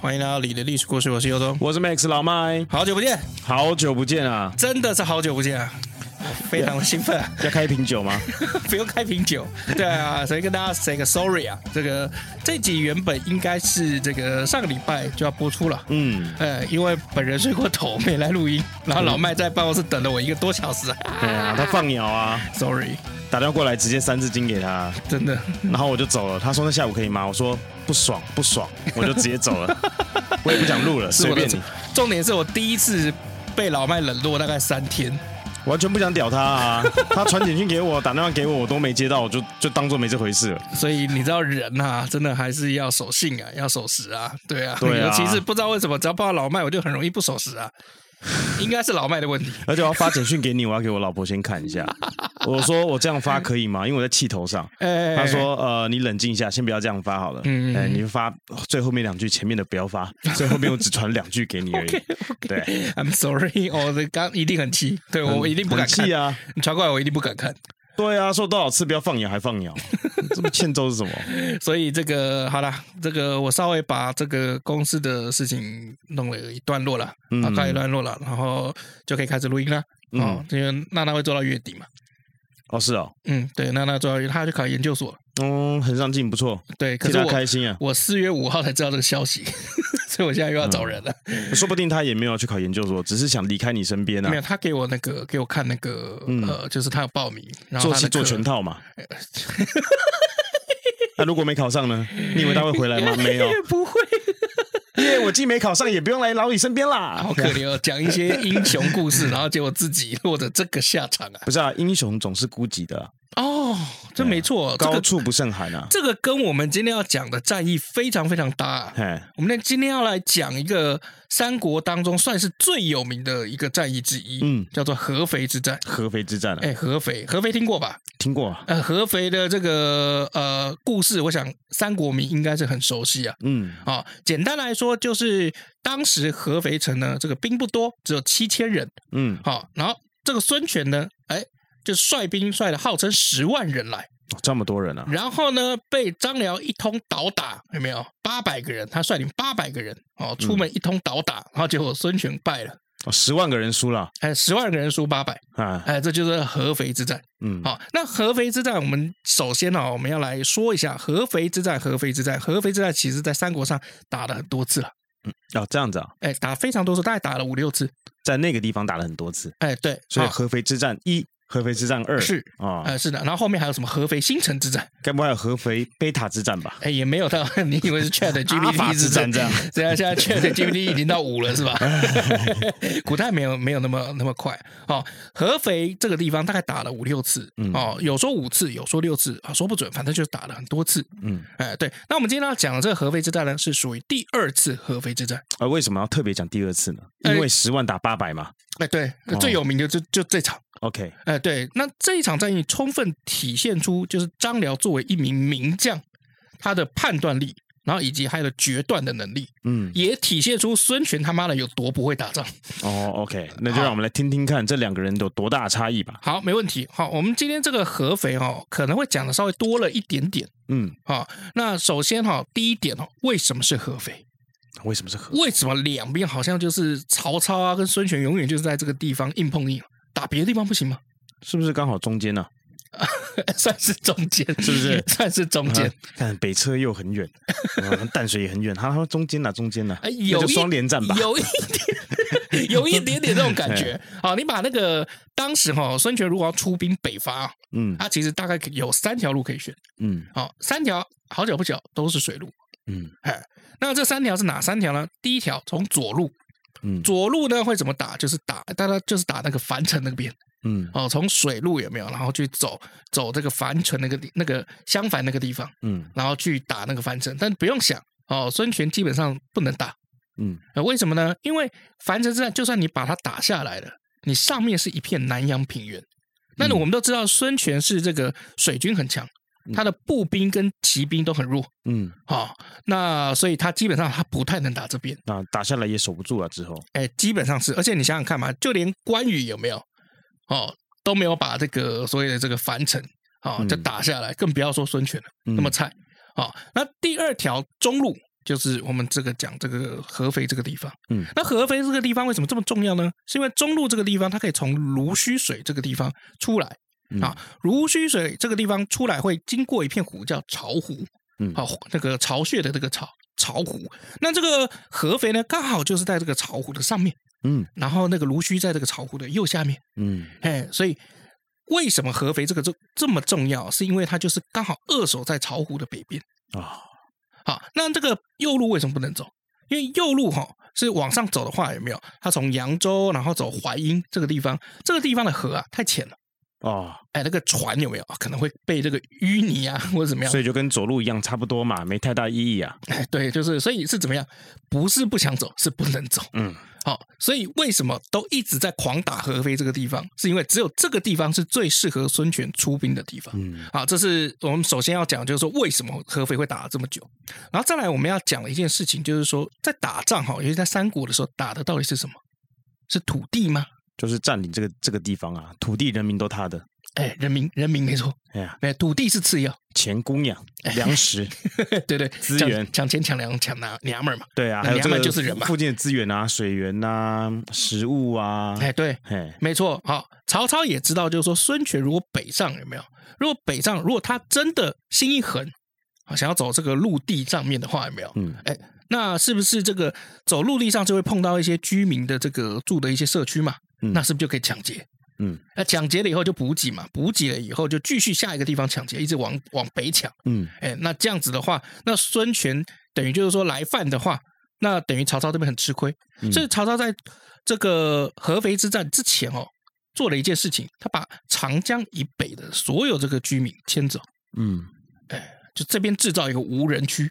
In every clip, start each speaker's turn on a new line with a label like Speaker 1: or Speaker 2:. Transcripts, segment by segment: Speaker 1: 欢迎来到你的历史故事，我是尤东，
Speaker 2: 我是 Max 老麦，
Speaker 1: 好久不见，
Speaker 2: 好久不见啊！
Speaker 1: 真的是好久不见啊，我非常的兴奋啊、
Speaker 2: 要开一瓶酒 吗？
Speaker 1: 不用开瓶酒。对啊，所以跟大家 say 个 sorry 啊。这个这集原本应该是这个上个礼拜就要播出了。
Speaker 2: 嗯，
Speaker 1: 呃，因为本人睡过头没来录音，然后老麦在办公室等了我一个多小时
Speaker 2: 对啊，他放鸟啊，
Speaker 1: ，sorry，
Speaker 2: 打电话过来直接三字经给他，
Speaker 1: 真的，
Speaker 2: 然后我就走了。他说那下午可以吗？我说不爽不爽，我就直接走 了，我也不想录了，
Speaker 1: 是
Speaker 2: 随
Speaker 1: 我的
Speaker 2: 便你，。
Speaker 1: 重点是我第一次被老麦冷落大概三天，
Speaker 2: 完全不想屌他啊！他传简讯给我，打电话给我，我都没接到，我就就当做没这回事了。
Speaker 1: 所以你知道人啊，真的还是要守信啊，要守时啊，对啊，
Speaker 2: 对啊
Speaker 1: 尤其是不知道为什么，只要碰到老麦，我就很容易不守时啊，应该是老麦的问题。
Speaker 2: 而且我要发简讯给你，我要给我老婆先看一 下。我说我这样发可以吗？因为我在气头上。
Speaker 1: 哎，
Speaker 2: 她说：“呃，你冷静一下，先不要这样发好了。
Speaker 1: 嗯
Speaker 2: 嗯，哎，你发最后面两句，前面的不要发。所以后面我只传两句给你 而已。对，
Speaker 1: I'm sorry，我 的刚一定很气，对我一定不敢
Speaker 2: 很
Speaker 1: 看
Speaker 2: 气！啊！
Speaker 1: 你传过来我一定不敢看，
Speaker 2: 对啊，说多少次不要放鸟，还放 鸟，这么欠揍是什么？
Speaker 1: 所以这个好啦，这个我稍微把这个公司的事情弄了一段落了，
Speaker 2: 嗯
Speaker 1: 啊，告一段落了，然后就可以开始录音啦。
Speaker 2: 嗯
Speaker 1: 哦，因为娜娜会做到月底嘛，
Speaker 2: 哦，是哦，
Speaker 1: 嗯，对，娜娜做到月底，她要去考研究所了，
Speaker 2: 嗯，很上进，不错，
Speaker 1: 对，可
Speaker 2: 替
Speaker 1: 是
Speaker 2: 她
Speaker 1: 我
Speaker 2: 开心啊。
Speaker 1: 我四月五号才知道这个消息， 所以我现在又要找人了。
Speaker 2: 说不定他也没有要去考研究所，只是想离开你身边
Speaker 1: 没有，
Speaker 2: 啊。
Speaker 1: 他给我那个给我看那个、
Speaker 2: 嗯
Speaker 1: 呃，就是他有报名，然后
Speaker 2: 做
Speaker 1: 他
Speaker 2: 戏
Speaker 1: 的
Speaker 2: 做
Speaker 1: 课呃
Speaker 2: 全套嘛。 那如果没考上呢？你以为他会回来 吗？没有，
Speaker 1: 不会，
Speaker 2: 耶！我既没考上，也不用来老李身边啦。
Speaker 1: 好可怜哦，讲一些英雄故事，然后结果自己落得这个下场啊！
Speaker 2: 不是啊，英雄总是孤寂的啊，
Speaker 1: 哦，这没错，这
Speaker 2: 高
Speaker 1: 个
Speaker 2: 处不胜寒啊。
Speaker 1: 这个跟我们今天要讲的战役非常非常搭、啊。
Speaker 2: 嘿，
Speaker 1: 我们今天要来讲一个三国当中算是最有名的一个战役之一，
Speaker 2: 嗯
Speaker 1: 叫做合肥之战。
Speaker 2: 合肥之战啊，
Speaker 1: 哎，合肥，合肥听过吧？
Speaker 2: 听过啊？
Speaker 1: 呃，合肥的这个呃故事，我想三国迷应该是很熟悉啊。
Speaker 2: 嗯
Speaker 1: 啊、简单来说，就是当时合肥城呢，这个兵不多，只有七千人。
Speaker 2: 嗯，
Speaker 1: 好、然后这个孙权呢，哎，就率兵率了号称十万人来，
Speaker 2: 这么多人啊，
Speaker 1: 然后呢被张辽一通倒打，有没有？八百个人，他率领八百个人
Speaker 2: 嗯
Speaker 1: 哦，出门一通倒打，然后结果孙权败了，
Speaker 2: 哦十万个人输了
Speaker 1: 哎，十万个人输八百，
Speaker 2: 啊。
Speaker 1: 哎，这就是合肥之战。
Speaker 2: 嗯，
Speaker 1: 好、那合肥之战，我们首先呢、我们要来说一下合肥之战。合肥之战，合肥之战，其实在三国上打了很多次了，
Speaker 2: 哦，这样子啊，
Speaker 1: 哎，打非常多次，大概打了五六次，
Speaker 2: 在那个地方打了很多次，
Speaker 1: 哎，对，
Speaker 2: 所以
Speaker 1: 好
Speaker 2: 合肥之战一、合肥之战二
Speaker 1: 是
Speaker 2: 啊，
Speaker 1: 呃，是的，然后后面还有什么合肥新城之战，
Speaker 2: 该不会还有合肥贝塔之战吧？
Speaker 1: 哎，也没有到 你以为是 Chat
Speaker 2: 阿法
Speaker 1: GPT
Speaker 2: 之战这样
Speaker 1: 对啊，现在 Chat GPT 已经到五了，是 吧？古代没有没有那么那么快哦。合肥这个地方大概打了五六次
Speaker 2: 嗯
Speaker 1: 哦，有说五次，有说六次啊，说不准，反正就打了很多次。
Speaker 2: 嗯，
Speaker 1: 哎，对。那我们今天要讲的这个合肥之战呢，是属于第二次合肥之战。
Speaker 2: 啊，为什么要特别讲第二次呢？
Speaker 1: 哎
Speaker 2: 因为十万打八百嘛。
Speaker 1: 哎，对
Speaker 2: 哦，
Speaker 1: 最有名的就就这场。
Speaker 2: OK，
Speaker 1: 哎，对。那这一场战役充分体现出，就是张辽作为一名名将，他的判断力，然后以及还有决断的能力。
Speaker 2: 嗯，
Speaker 1: 也体现出孙权他妈的有多不会打仗。
Speaker 2: 哦，OK，那就让我们来听听看这两个人有多大差异吧。
Speaker 1: 好，没问题。好，我们今天这个合肥哦，可能会讲的稍微多了一点点
Speaker 2: 嗯，
Speaker 1: 啊、那首先哈、第一点哦，为什么是合肥？
Speaker 2: 为什么是合？
Speaker 1: 为什么两边好像就是曹操啊跟孙权永远就是在这个地方硬碰硬？打别的地方不行吗？
Speaker 2: 是不是刚好中间呢、
Speaker 1: 算是中间，
Speaker 2: 是不是
Speaker 1: 算是中
Speaker 2: 啊
Speaker 1: 间？，
Speaker 2: 看北车又很 远，嗯淡水也很远，他说中间呢、啊中间呢、
Speaker 1: 哎，
Speaker 2: 那
Speaker 1: 有
Speaker 2: 就
Speaker 1: 一
Speaker 2: 双连战吧。
Speaker 1: 有一点， 有一点点这种感 觉。
Speaker 2: 哎
Speaker 1: 好，你把那个当时哈、孙权如果要出兵北伐啊，
Speaker 2: 嗯
Speaker 1: 他其实大概有三条路可以选。
Speaker 2: 嗯
Speaker 1: 好、三条好巧不巧都是水路。
Speaker 2: 嗯
Speaker 1: 那这三条是哪三条呢？第一条从左路，
Speaker 2: 嗯
Speaker 1: 左路呢会怎么打？就是打，大家就是打那个樊城那边
Speaker 2: 嗯
Speaker 1: 哦，从水路有没有？然后去走走这个樊城那个地那个襄樊那个地方，
Speaker 2: 嗯
Speaker 1: 然后去打那个樊城。但不用想哦，孙权基本上不能打，
Speaker 2: 嗯
Speaker 1: 呃，为什么呢？因为樊城之战，就算你把它打下来了，你上面是一片南阳平原。那我们都知道，孙权是这个水军很强，他的步兵跟骑兵都很弱
Speaker 2: 嗯，
Speaker 1: 啊、哦那所以他基本上他不太能打这边，
Speaker 2: 那打下来也守不住了，啊之后
Speaker 1: 哎，基本上是。而且你想想看嘛，就连关羽有没有哦都没有把这个所谓的这个樊城啊、哦、就
Speaker 2: 嗯
Speaker 1: 打下来，更不要说孙权了。
Speaker 2: 那
Speaker 1: 那么菜啊、好那第二条中路就是我们这个讲这个合肥这个地方，
Speaker 2: 嗯
Speaker 1: 那合肥这个地方为什么这么重要呢？是因为中路这个地方它可以从濡须水这个地方出来
Speaker 2: 嗯
Speaker 1: 啊，濡须水这个地方出来会经过一片湖叫巢湖，
Speaker 2: 嗯
Speaker 1: 好、那个巢穴的这个巢巢湖，那这个合肥呢刚好就是在这个巢湖的上面，
Speaker 2: 嗯
Speaker 1: 然后那个濡须在这个巢湖的右下面，
Speaker 2: 嗯
Speaker 1: 哎，所以为什么合肥这个这这么重要？是因为它就是刚好扼守在巢湖的北边。
Speaker 2: 啊
Speaker 1: 好，那这个右路为什么不能走？因为右路哈、是往上走的话，有没有？它从扬州然后走淮阴这个地方，这个地方的河啊太浅了，
Speaker 2: 哦，
Speaker 1: 哎，那个船有没有可能会被这个淤泥啊或者怎么样
Speaker 2: 所？以就跟走路一样差不多嘛，没太大意义啊。
Speaker 1: 哎，对，就是所以是怎么样？不是不想走，是不能走。
Speaker 2: 嗯
Speaker 1: 好、所以为什么都一直在狂打合肥这个地方？是因为只有这个地方是最适合孙权出兵的地方。
Speaker 2: 嗯
Speaker 1: 好，这是我们首先要讲，就是说为什么合肥会打了这么久，然后再来我们要讲的一件事情，就是说在打仗哈，尤其在三国的时候，打的到底是什么？是土地吗？
Speaker 2: 就是占领这个这个地方啊，土地人民都他的。
Speaker 1: 哎，人民，人民没错，
Speaker 2: 哎呀，
Speaker 1: 哎，土地是次要，
Speaker 2: 钱姑娘、粮食，
Speaker 1: 对对，
Speaker 2: 资
Speaker 1: 抢
Speaker 2: 源
Speaker 1: 抢钱、抢粮、抢拿娘们儿嘛，
Speaker 2: 对啊，
Speaker 1: 那
Speaker 2: 还有这
Speaker 1: 娘
Speaker 2: 个
Speaker 1: 们就是人嘛
Speaker 2: 附近的资源啊，水源啊，食物啊，
Speaker 1: 哎，对，
Speaker 2: 嘿，
Speaker 1: 没错，好，曹操也知道，就是说孙权如果北上有没有？如果北上，如果他真的心一横，啊，想要走这个陆地上面的话，有没有？
Speaker 2: 嗯
Speaker 1: 哎，那是不是这个走陆地上就会碰到一些居民的这个住的一些社区嘛？
Speaker 2: 嗯
Speaker 1: 那是不是就可以抢劫？
Speaker 2: 嗯，
Speaker 1: 那抢劫了以后就补给嘛，补给了以后就继续下一个地方抢劫，一直往往北抢。
Speaker 2: 嗯
Speaker 1: 哎，那这样子的话，那孙权等于就是说来犯的话，那等于曹操这边很吃亏。所以曹操在这个合肥之战之前哦，做了一件事情，他把长江以北的所有这个居民迁走，
Speaker 2: 嗯
Speaker 1: 就这边制造一个无人区。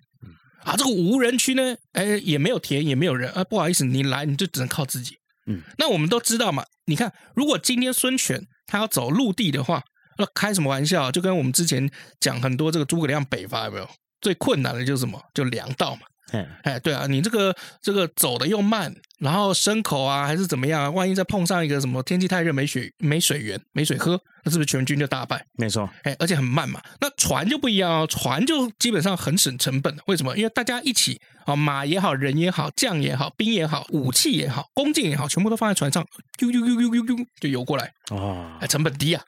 Speaker 1: 啊，这个无人区呢，哎，也没有田，也没有人啊，不好意思，你来你就只能靠自己。
Speaker 2: 嗯，
Speaker 1: 那我们都知道嘛，你看，如果今天孙权他要走陆地的话，那开什么玩笑啊、就跟我们之前讲很多这个诸葛亮北伐有没有？最困难的就是什么？就粮道嘛。
Speaker 2: 嘿，
Speaker 1: 哎，对啊，你这个这个走的又慢，然后牲口啊还是怎么样啊？万一再碰上一个什么天气太热没水没水源没水喝，那是不是全军就大败？
Speaker 2: 没错，
Speaker 1: 哎，而且很慢嘛。那船就不一样哦，船就基本上很省成本的。为什么？因为大家一起啊、马也好，人也好，将也好，兵也好，武器也好，弓箭也好，全部都放在船上，呦呦呦呦呦呦就游过来，
Speaker 2: 哦
Speaker 1: 哎，，成本低啊。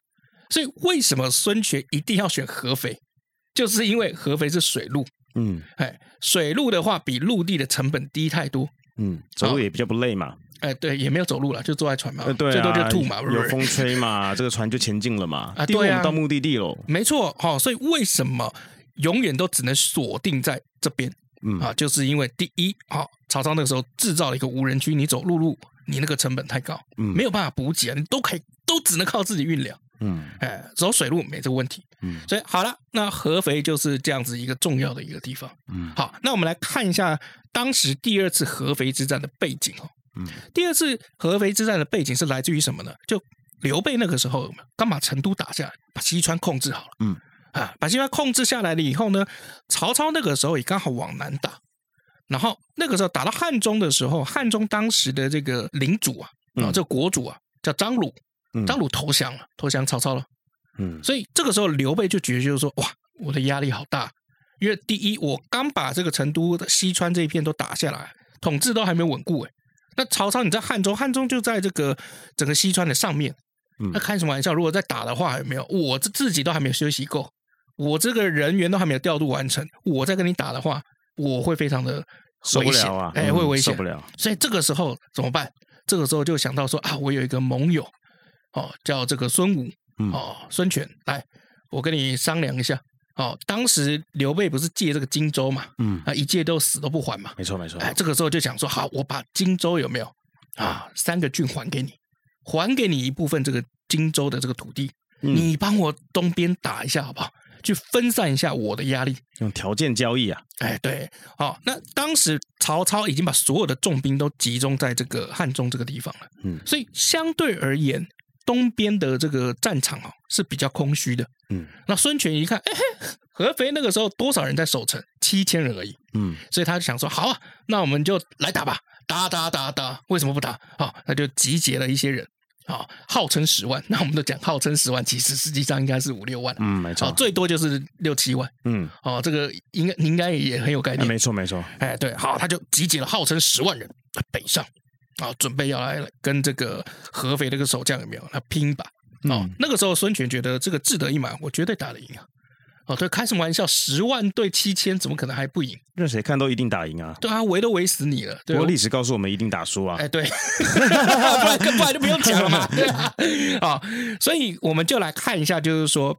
Speaker 1: 所以为什么孙权一定要选合肥？就是因为合肥是水路，
Speaker 2: 嗯
Speaker 1: 哎，水路的话比陆地的成本低太多。
Speaker 2: 嗯，走
Speaker 1: 哦
Speaker 2: 路也比较不累嘛，
Speaker 1: 哎，对，也没有走路了，就坐在船嘛，
Speaker 2: 呃，对
Speaker 1: 最
Speaker 2: 啊，
Speaker 1: 多就吐嘛，
Speaker 2: 有风吹嘛，这个船就前进了嘛，
Speaker 1: 啊
Speaker 2: 第一
Speaker 1: 对啊
Speaker 2: 我们到目的地喽，
Speaker 1: 没错，哦，所以为什么永远都只能锁定在这边
Speaker 2: 嗯
Speaker 1: 啊？就是因为第一，好、曹操那个时候制造了一个无人区，你走陆路，你那个成本太高，
Speaker 2: 嗯
Speaker 1: 没有办法补给啊，你都可以都只能靠自己运粮，
Speaker 2: 嗯
Speaker 1: 哎，走水路没这个问题。
Speaker 2: 嗯
Speaker 1: 所以好了，那合肥就是这样子一个重要的一个地方。
Speaker 2: 嗯
Speaker 1: 好，那我们来看一下当时第二次合肥之战的背景哦。
Speaker 2: 嗯，
Speaker 1: 第二次合肥之战的背景是来自于什么呢？就刘备那个时候刚把成都打下来，把西川控制好了。
Speaker 2: 嗯，
Speaker 1: 啊，把西川控制下来了以后呢，曹操那个时候也刚好往南打，然后那个时候打到汉中的时候，汉中当时的这个领主啊，啊，
Speaker 2: 嗯
Speaker 1: 这个国主啊，叫张鲁，
Speaker 2: 嗯
Speaker 1: 张鲁投降了，投降曹操了。
Speaker 2: 嗯
Speaker 1: 所以这个时候刘备就觉得就是说，哇，我的压力好大，因为第一，我刚把这个成都的西川这一片都打下来，统治都还没稳固哎。那曹操你在汉中，汉中就在这个整个西川的上面，
Speaker 2: 嗯
Speaker 1: 那开什么玩笑？如果再打的话，有没有？我这自己都还没有休息够，我这个人员都还没有调度完成，我再跟你打的话，我会非常的
Speaker 2: 受
Speaker 1: 危
Speaker 2: 不
Speaker 1: 险
Speaker 2: 了啊，
Speaker 1: 哎，
Speaker 2: 嗯
Speaker 1: 会危险
Speaker 2: 受不。了。
Speaker 1: 所以这个时候怎么办？这个时候就想到说啊，我有一个盟友，哦，叫这个孙武，
Speaker 2: 嗯
Speaker 1: 哦，孙权，来，我跟你商量一下。哦，当时刘备不是借这个荆州嘛，
Speaker 2: 嗯，
Speaker 1: 啊，一借都死都不还嘛。
Speaker 2: 没错没错，
Speaker 1: 哎，这个时候就想说，好，我把荆州有没有啊？三个郡还给你，还给你一部分这个荆州的这个土地，
Speaker 2: 嗯
Speaker 1: 你帮我东边打一下好不好？去分散一下我的压力。
Speaker 2: 用条件交易啊，
Speaker 1: 哎，对，哦，那当时曹操已经把所有的重兵都集中在这个汉中这个地方了，
Speaker 2: 嗯
Speaker 1: 所以相对而言，东边的这个战场哦是比较空虚的。
Speaker 2: 嗯
Speaker 1: 那孙权一看，哎 嘿，合肥那个时候多少人在守城？七千人而已。
Speaker 2: 嗯
Speaker 1: 所以他就想说，好啊，那我们就来打吧，打打打打，为什么不打？好、那就集结了一些人，啊、号称十万， 那我们都讲号称十万，其实实际上应该是五六万，
Speaker 2: 嗯，没
Speaker 1: 好、
Speaker 2: 错，
Speaker 1: 最多就是六七万，
Speaker 2: 嗯，
Speaker 1: 哦，这个应该你应该也很有概
Speaker 2: 哎
Speaker 1: 念，
Speaker 2: 没错没错，
Speaker 1: 哎，对，好，他就集结了号称十万人北上，啊、准备要来跟这个合肥这个守将有没有来拼吧？哦，
Speaker 2: 嗯
Speaker 1: 那个时候孙权觉得这个志得意满，我绝对打得赢啊！哦，对，开什么玩笑？十万对七千，怎么可能还不赢？
Speaker 2: 任谁看都一定打赢啊。
Speaker 1: 对啊，围都围死你了，
Speaker 2: 不
Speaker 1: 对啊
Speaker 2: 过历史告诉我们一定打输啊
Speaker 1: 哎，。 对，不然不然就不用讲了 嘛。对啊，啊，所以我们就来看一下，就是说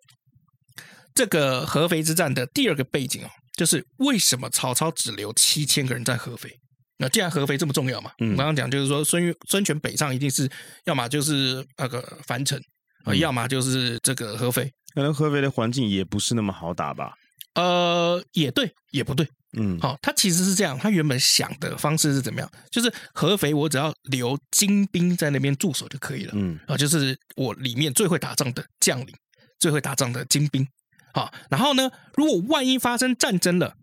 Speaker 1: 这个合肥之战的第二个背景哦，就是为什么曹操只留七千个人在合肥？那既然合肥这么重要嘛，
Speaker 2: 嗯
Speaker 1: 我刚刚讲就是说孙孙权北上一定是要么就是那个樊城，呃
Speaker 2: 嗯
Speaker 1: 要么就是这个合肥。
Speaker 2: 可能合肥的环境也不是那么好打吧。
Speaker 1: 呃，也对，也不对。
Speaker 2: 嗯，
Speaker 1: 好、他其实是这样，他原本想的方式是怎么样？就是合肥，我只要留精兵在那边驻守就可以了。
Speaker 2: 嗯
Speaker 1: 啊，就是我里面最会打仗的将领，最会打仗的精兵啊。然后呢，如果万一发生战争了，啊，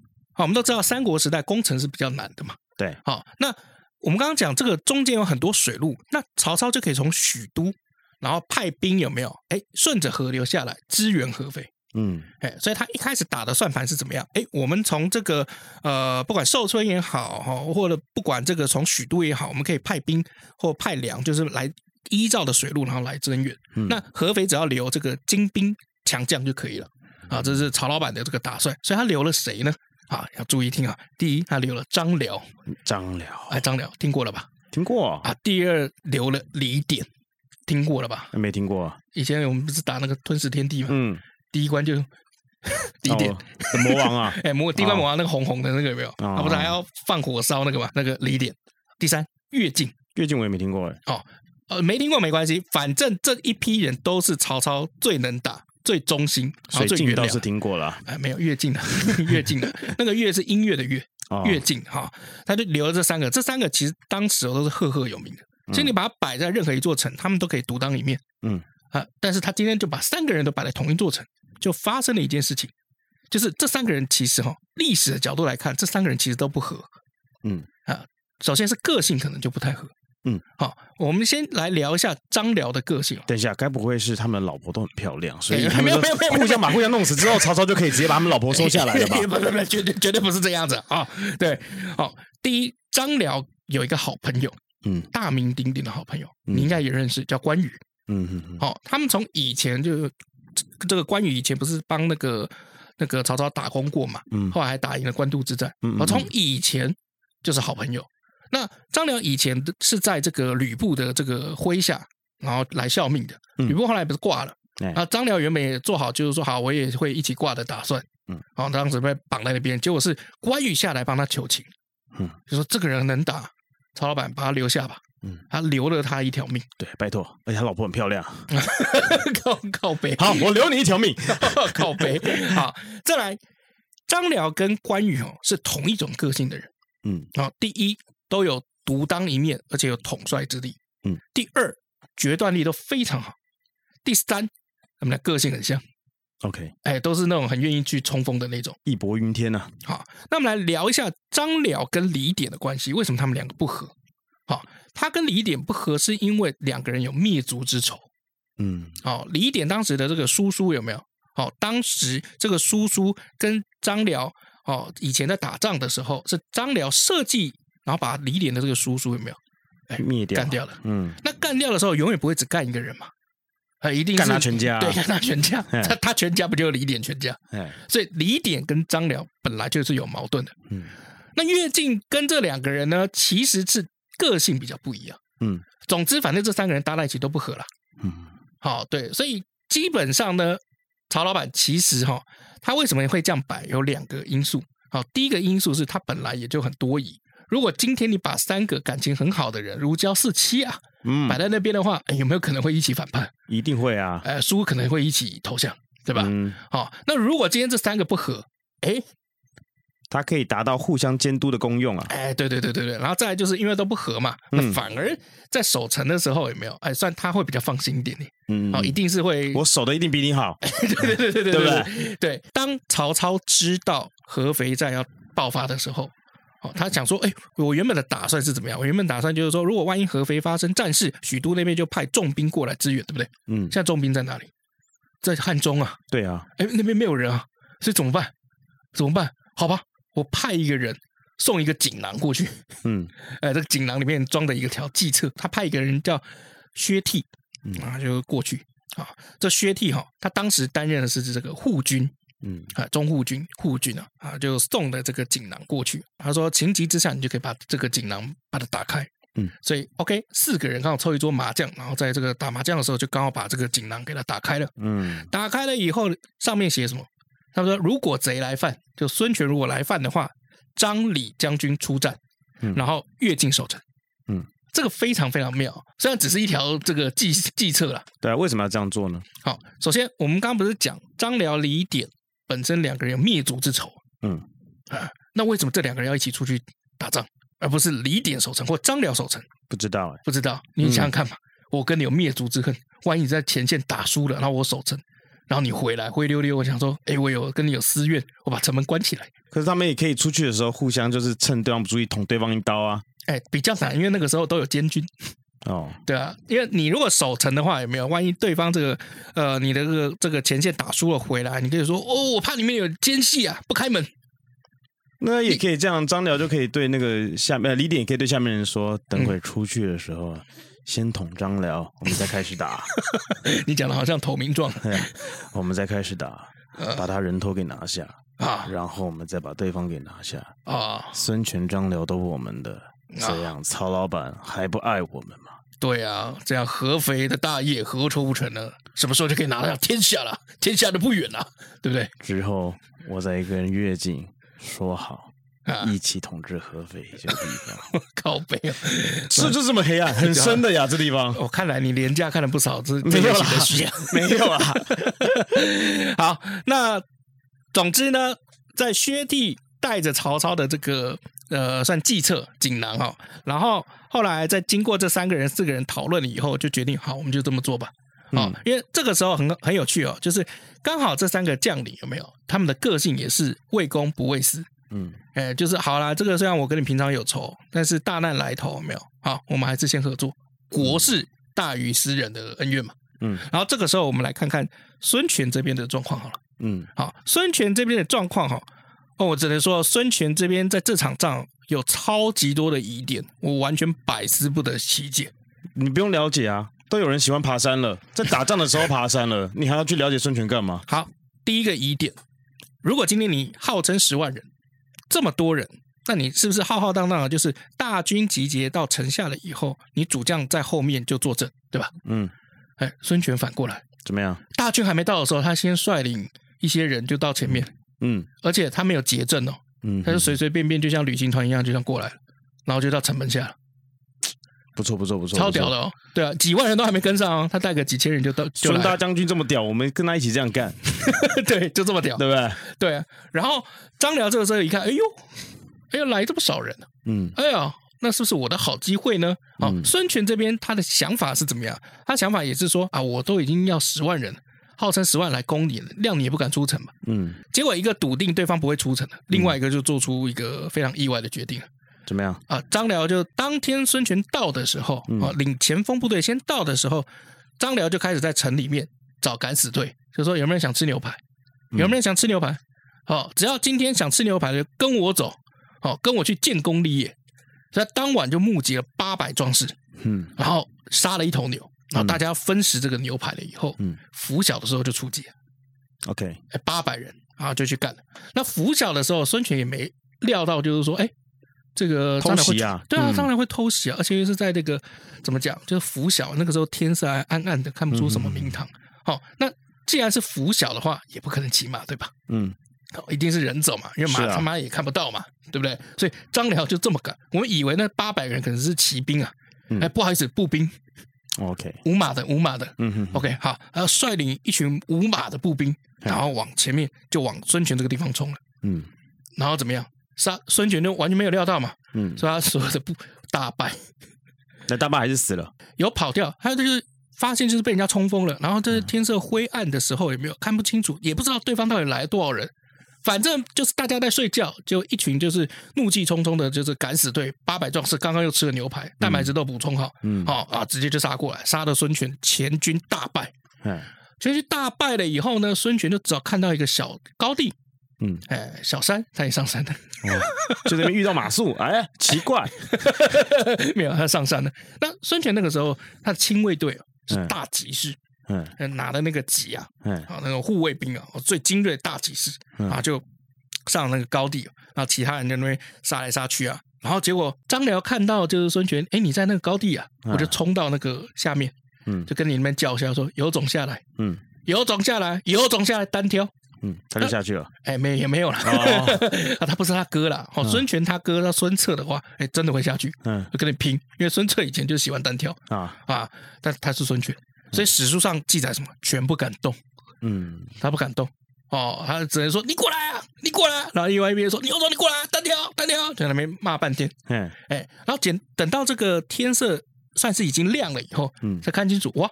Speaker 1: 我们都知道三国时代攻城是比较难的嘛。
Speaker 2: 对，
Speaker 1: 好，那我们刚刚讲这个中间有很多水路，那曹操就可以从许都，然后派兵有没有？哎，顺着河流下来支援合肥。
Speaker 2: 嗯
Speaker 1: 哎，所以他一开始打的算盘是怎么样？哎，我们从这个呃，不管寿春也好哈，或者不管这个从许都也好，我们可以派兵或派粮，就是来依照的水路，然后来增援。
Speaker 2: 嗯
Speaker 1: 那合肥只要留这个精兵强将就可以了啊，这是曹老板的这个打算。所以他留了谁呢？啊，要注意听啊！第一，他留了张辽，
Speaker 2: 哦张辽
Speaker 1: 哎，张辽听过了吧？
Speaker 2: 听过
Speaker 1: 啊，第二留了李典，听过了吧？
Speaker 2: 哎没听过？
Speaker 1: 以前我们不是打那个吞噬天地嘛，
Speaker 2: 嗯，
Speaker 1: 第一关就李典
Speaker 2: 哦，魔王啊
Speaker 1: ，哎，魔地官魔王那个红红的那个有没有？
Speaker 2: 哦
Speaker 1: 他不是还要放火烧那个嘛？那个李典。第三，乐进，
Speaker 2: 乐进我也没听过哎。
Speaker 1: 呃，没听过没关系，反正这一批人都是曹操最能打、最忠心，然后
Speaker 2: 水
Speaker 1: 最
Speaker 2: 镜
Speaker 1: 原
Speaker 2: 倒是
Speaker 1: 谅的。
Speaker 2: 听过了啊，
Speaker 1: 哎，没有乐进的， 乐进的那个乐是音乐的乐，
Speaker 2: 哦
Speaker 1: 乐进哈，他就留了这三个，这三个其实当时都是赫赫有名的，所以你把它摆在任何一座城，他们都可以独当一面。
Speaker 2: 嗯
Speaker 1: 啊，但是他今天就把三个人都摆在同一座城，就发生了一件事情，就是这三个人其实哈、历史的角度来看，这三个人其实都不合。
Speaker 2: 嗯
Speaker 1: 啊，首先是个性可能就不太合。
Speaker 2: 嗯，
Speaker 1: 好，我们先来聊一下张辽的个性哦。
Speaker 2: 等一下，该不会是他们老婆都很漂亮，所以
Speaker 1: 哎
Speaker 2: 他们
Speaker 1: 没有
Speaker 2: 就
Speaker 1: 没有没有没有
Speaker 2: 互相把互相弄死之后，曹操就可以直接把他们老婆收下来了吧
Speaker 1: ？不不不，绝对绝对不是这样子啊、对，好、第一，张辽有一个好朋友，
Speaker 2: 嗯
Speaker 1: 大名鼎鼎的好朋友，
Speaker 2: 嗯
Speaker 1: 你应该也认识，叫关羽。
Speaker 2: 嗯嗯嗯，
Speaker 1: 哦，他们从以前就这这个关羽以前不是帮那个那个曹操打工过嘛，
Speaker 2: 嗯
Speaker 1: 后来还打赢了官渡之战。
Speaker 2: 嗯嗯
Speaker 1: 哦，从以前就是好朋友。那张辽以前是在这个吕布的这个麾下，然后来效命的。
Speaker 2: 嗯
Speaker 1: 吕布后来不是挂了
Speaker 2: 哎？
Speaker 1: 啊，张辽原本也做好，就是说好，我也会一起挂的打算。
Speaker 2: 嗯，
Speaker 1: 哦，当时被绑在那边，结果是关羽下来帮他求情。
Speaker 2: 嗯，
Speaker 1: 就说这个人能打，曹老板把他留下吧。
Speaker 2: 嗯，
Speaker 1: 他留了他一条命，
Speaker 2: 对，拜托，而且他老婆很漂亮。
Speaker 1: 靠靠背。
Speaker 2: 好，我留你一条命。
Speaker 1: 靠背。好，再来，张辽跟关羽哦是同一种个性的人。
Speaker 2: 嗯，
Speaker 1: 啊、第一都有独当一面，而且有统帅之力。
Speaker 2: 嗯，
Speaker 1: 第二决断力都非常好。第三，他们俩个性很像，
Speaker 2: OK，
Speaker 1: 哎，都是那种很愿意去冲锋的那种。
Speaker 2: 义薄云天呐、啊
Speaker 1: 好，那我们来聊一下张辽跟李典的关系，为什么他们两个不合？好，他跟李典不合是因为两个人有灭族之仇。
Speaker 2: 嗯
Speaker 1: 哦，李典当时的这个叔叔有没有？哦，当时这个叔叔跟张辽哦，以前在打仗的时候，是张辽设计，然后把李典的这个叔叔有没有哎
Speaker 2: 灭掉
Speaker 1: 干掉了？
Speaker 2: 嗯
Speaker 1: 那干掉的时候，永远不会只干一个人嘛。呃，一定
Speaker 2: 干
Speaker 1: 是
Speaker 2: 他全家啊
Speaker 1: 对，干他全家，
Speaker 2: 嗯
Speaker 1: 他他全家不就是李典全家？
Speaker 2: 哎，
Speaker 1: 所以李典跟张辽本来就是有矛盾的。
Speaker 2: 嗯
Speaker 1: 那乐进跟这两个人呢，其实是个性比较不一样。
Speaker 2: 嗯
Speaker 1: 总之，反正这三个人搭在一起都不合啦。
Speaker 2: 嗯，
Speaker 1: 好、对，所以基本上呢，曹老板其实哈、他为什么会这样摆，有两个因素。好、第一个因素是他本来也就很多疑。如果今天你把三个感情很好的人，如胶似漆啊，
Speaker 2: 嗯
Speaker 1: 摆在那边的话，哎有没有可能会一起反叛？
Speaker 2: 一定会啊，
Speaker 1: 呃，叔可能会一起投降，对吧？好、
Speaker 2: 嗯，
Speaker 1: 那如果今天这三个不合，哎
Speaker 2: 它可以达到互相监督的功用啊。
Speaker 1: 哎，对对对对对，然后再来就是因为都不合嘛，
Speaker 2: 嗯
Speaker 1: 那反而在守城的时候有没有？哎，算他会比较放心一点点，
Speaker 2: 嗯，
Speaker 1: 哦，一定是会
Speaker 2: 我守的一定比你好。
Speaker 1: 对对对对
Speaker 2: 对不
Speaker 1: 对对，当曹操知道合肥战要爆发的时候，哦，他想说，哎，我原本的打算是怎么样？我原本打算就是说，如果万一合肥发生战事，许都那边就派重兵过来支援，对不对？
Speaker 2: 嗯
Speaker 1: 现，在重兵在哪里？在汉中啊，
Speaker 2: 对啊，
Speaker 1: 哎，那边没有人啊，所以怎么办？怎么办？好吧，我派一个人送一个锦囊过去，
Speaker 2: 嗯
Speaker 1: 呃，这个锦囊里面装的一个条计策，他派一个人叫薛悌
Speaker 2: 嗯，
Speaker 1: 啊，就过去啊。这薛悌哈，他当时担任的是这个护军
Speaker 2: 嗯
Speaker 1: 啊，中护军护军啊，啊，就送了这个锦囊过去。他说，情急之下，你就可以把这个锦囊把它打开。
Speaker 2: 嗯，
Speaker 1: 所以 OK，四个人刚好凑一桌麻将，然后在这个打麻将的时候，就刚好把这个锦囊给它打开了。
Speaker 2: 嗯
Speaker 1: 打开了以后，上面写什么？他说：“如果贼来犯，就孙权如果来犯的话，张李将军出战，
Speaker 2: 嗯
Speaker 1: 然后越境守城。”
Speaker 2: 嗯，
Speaker 1: 这个非常非常妙，虽然只是一条这个计计策啦。
Speaker 2: 对啊，为什么要这样做呢？
Speaker 1: 好，首先我们刚刚不是讲张辽、李典本身两个人有灭族之仇，
Speaker 2: 嗯
Speaker 1: 啊，那为什么这两个人要一起出去打仗，而不是李典守城或张辽守城？
Speaker 2: 不知道哎、
Speaker 1: 不知道，你想想看嘛，我跟你有灭族之恨，万一你在前线打输了，然后我守城，然后你回来灰溜溜，我想说，哎，我有跟你有私怨，我把城门关起来，
Speaker 2: 可是他们也可以出去的时候，互相就是趁对方不注意捅对方一刀啊。
Speaker 1: 哎，比较难，因为那个时候都有监军，
Speaker 2: 哦，
Speaker 1: 对啊，因为你如果守城的话，有没有？万一对方这个呃，你的这个这个前线打输了回来，你可以说，哦，我怕里面有奸细啊，不开门，
Speaker 2: 那也可以这样，张辽就可以对那个下面呃李典也可以对下面人说，
Speaker 1: 嗯
Speaker 2: 等会出去的时候啊，先捅张辽，我们再开始 打，
Speaker 1: 你讲的好像投名状
Speaker 2: 嘿我们再开始打，把他人头给拿下，
Speaker 1: 啊
Speaker 2: 然后我们再把对方给拿下。
Speaker 1: 啊，
Speaker 2: 孙权、张辽都我们的，这样曹老板还不爱我们吗？
Speaker 1: 对啊，这样合肥的大业何愁不成呢？什么时候就可以拿下天下了？天下的不远了，对不对？
Speaker 2: 之后我再跟乐进说好，
Speaker 1: 啊，
Speaker 2: 一起统治合肥这个地方。
Speaker 1: 靠背啊！
Speaker 2: 是就这么黑暗，很深的呀，这地方。
Speaker 1: 我、看来你廉价看了不少，这
Speaker 2: 没有啦
Speaker 1: 了，
Speaker 2: 没有啊啦。
Speaker 1: 好，那总之呢，在薛悌带着曹操的这个呃算计策锦囊哈、哦，然后后来在经过这三个人四个人讨论了以后，就决定好，我们就这么做吧。哦，
Speaker 2: 嗯
Speaker 1: 因为这个时候很很有趣哦，就是刚好这三个将领有没有，他们的个性也是畏公不畏私，
Speaker 2: 嗯
Speaker 1: 哎，就是好啦，这个虽然我跟你平常有仇，但是大难来头有没有，好，我们还是先合作，国事大于私人的恩怨嘛。
Speaker 2: 嗯
Speaker 1: 然后这个时候，我们来看看孙权这边的状况好了。
Speaker 2: 嗯
Speaker 1: 好，孙权这边的状况哈，哦，我只能说孙权这边在这场仗有超级多的疑点，我完全百思不得其解。
Speaker 2: 你不用了解啊，都有人喜欢爬山了，在打仗的时候爬山 了，你还要去了解孙权干嘛？
Speaker 1: 好，第一个疑点，如果今天你号称十万人，这么多人，那你是不是浩浩荡荡的，就是大军集结到城下了以后，你主将在后面就坐镇，对吧？
Speaker 2: 嗯，
Speaker 1: 哎，孙权反过来，
Speaker 2: 怎么样？
Speaker 1: 大军还没到的时候，他先率领一些人就到前面，
Speaker 2: 嗯
Speaker 1: 而且他没有结阵哦，
Speaker 2: 嗯，
Speaker 1: 他就随随便便就像旅行团一样，就像过来了，然后就到城门下了，
Speaker 2: 不错不错不错，
Speaker 1: 超屌
Speaker 2: 不
Speaker 1: 的
Speaker 2: 错！
Speaker 1: 哦！对啊，几万人都还没跟上哦，他带个几千人 就到就
Speaker 2: 孙
Speaker 1: 来
Speaker 2: 大
Speaker 1: 了，
Speaker 2: 将军这么屌，我们跟他一起这样干，
Speaker 1: 对，就这么屌，
Speaker 2: 对不对？
Speaker 1: 对啊。然后张辽这个时候一看，哎呦，哎呦，来这么少人啊，
Speaker 2: 嗯
Speaker 1: 哎呀，那是不是我的好机会呢？哦，
Speaker 2: 嗯
Speaker 1: 孙权这边他的想法是怎么样？他想法也是说啊，我都已经要十万人，号称十万来攻你了，谅你也不敢出城嘛。
Speaker 2: 嗯，
Speaker 1: 结果一个笃定对方不会出城了，另外一个就做出一个非常意外的决定了。
Speaker 2: 怎么样？
Speaker 1: 啊，张辽就当天孙权到的时候，
Speaker 2: 嗯
Speaker 1: 啊，领前锋部队先到的时候，张辽就开始在城里面找敢死队，就说有没有人想吃牛排，
Speaker 2: 嗯
Speaker 1: 有没有人想吃牛排？好、只要今天想吃牛排的，跟我走，好、跟我去建功立业。所以他当晚就募集了八百壮士，
Speaker 2: 嗯
Speaker 1: 然后杀了一头牛，然后大家分食这个牛排了以后，
Speaker 2: 嗯
Speaker 1: 拂晓的时候就出击，
Speaker 2: ，OK，
Speaker 1: 哎，八百人啊就去干了。那拂晓的时候，孙权也没料到，就是说，哎，这个张辽会
Speaker 2: 偷袭啊
Speaker 1: 对啊，
Speaker 2: 嗯
Speaker 1: 当然会偷袭啊，而且又是在那个怎么讲，就是拂晓那个时候天色还暗暗的，看不出什么名
Speaker 2: 嗯
Speaker 1: 堂。好、那既然是拂晓的话，也不可能骑马，对吧？
Speaker 2: 嗯，
Speaker 1: 哦一定是人走嘛，因为马
Speaker 2: 是啊
Speaker 1: 他妈也看不到嘛，对不对？所以张辽就这么干。我们以为那八百人可能是骑兵啊，
Speaker 2: 嗯
Speaker 1: 哎，不好意思，步兵，
Speaker 2: 哦，OK，
Speaker 1: 无马的，无马的。
Speaker 2: 嗯哼，
Speaker 1: OK，好，然后率领一群无马的步兵，然后往前面就往孙权这个地方冲了。
Speaker 2: 嗯
Speaker 1: 然后怎么样？杀孙权就完全没有料到嘛，
Speaker 2: 嗯，
Speaker 1: 所以他所有的步大败，
Speaker 2: 那大坝还是死了，
Speaker 1: 有跑掉，还有就是发现就是被人家冲锋了。然后
Speaker 2: 嗯
Speaker 1: 这是天色灰暗的时候，也没有看不清楚，也不知道对方到底来了多少人。反正就是大家在睡觉，就一群就是怒气冲冲的，就是敢死队八百壮士，刚刚又吃了牛排，蛋白质都补充好，
Speaker 2: 嗯，
Speaker 1: 好、啊，直接就杀过来，杀的孙权前军大败。
Speaker 2: 哎，
Speaker 1: 全军大败了以后呢，孙权就只好看到一个小高地，
Speaker 2: 嗯，哦
Speaker 1: 哎，小山，他也上山了，
Speaker 2: 就这边遇到马谡， 哎，奇怪，
Speaker 1: 没有，他上山了。那孙权那个时候，他的亲卫队哦是
Speaker 2: 嗯
Speaker 1: 大吉士，
Speaker 2: 嗯
Speaker 1: 呃拿的那个戟啊，
Speaker 2: 嗯
Speaker 1: 啊，那种护卫兵啊，哦最精锐的大骑士
Speaker 2: 嗯
Speaker 1: 啊，就上那个高地，然后其他人在那边杀来杀去啊，然后结果张辽看到就是孙权，哎，你在那个高地啊，
Speaker 2: 嗯
Speaker 1: 我就冲到那个下面，
Speaker 2: 嗯
Speaker 1: 就跟你那边叫一下说，有种下来，
Speaker 2: 嗯
Speaker 1: 有种下来，有种下来单挑。
Speaker 2: 嗯，他就下去了，
Speaker 1: 哎，没也没有啦， 啊，他不是他哥啦，哦，孙权他哥，他孙策的话，哎，真的会下去，
Speaker 2: 嗯
Speaker 1: 会跟你拼，因为孙策以前就喜欢单挑
Speaker 2: 啊，
Speaker 1: 啊，但他是孙权，所以史书上记载什么，权不敢动，
Speaker 2: 嗯
Speaker 1: 他不敢动，哦，他只能说你过来啊，你过来、啊，然后另外一边说你有种你过来啊、单挑单挑，在那边骂半天，
Speaker 2: 嗯
Speaker 1: 哎，然后等等到这个天色算是已经亮了以后，
Speaker 2: 嗯
Speaker 1: 才看清楚哇，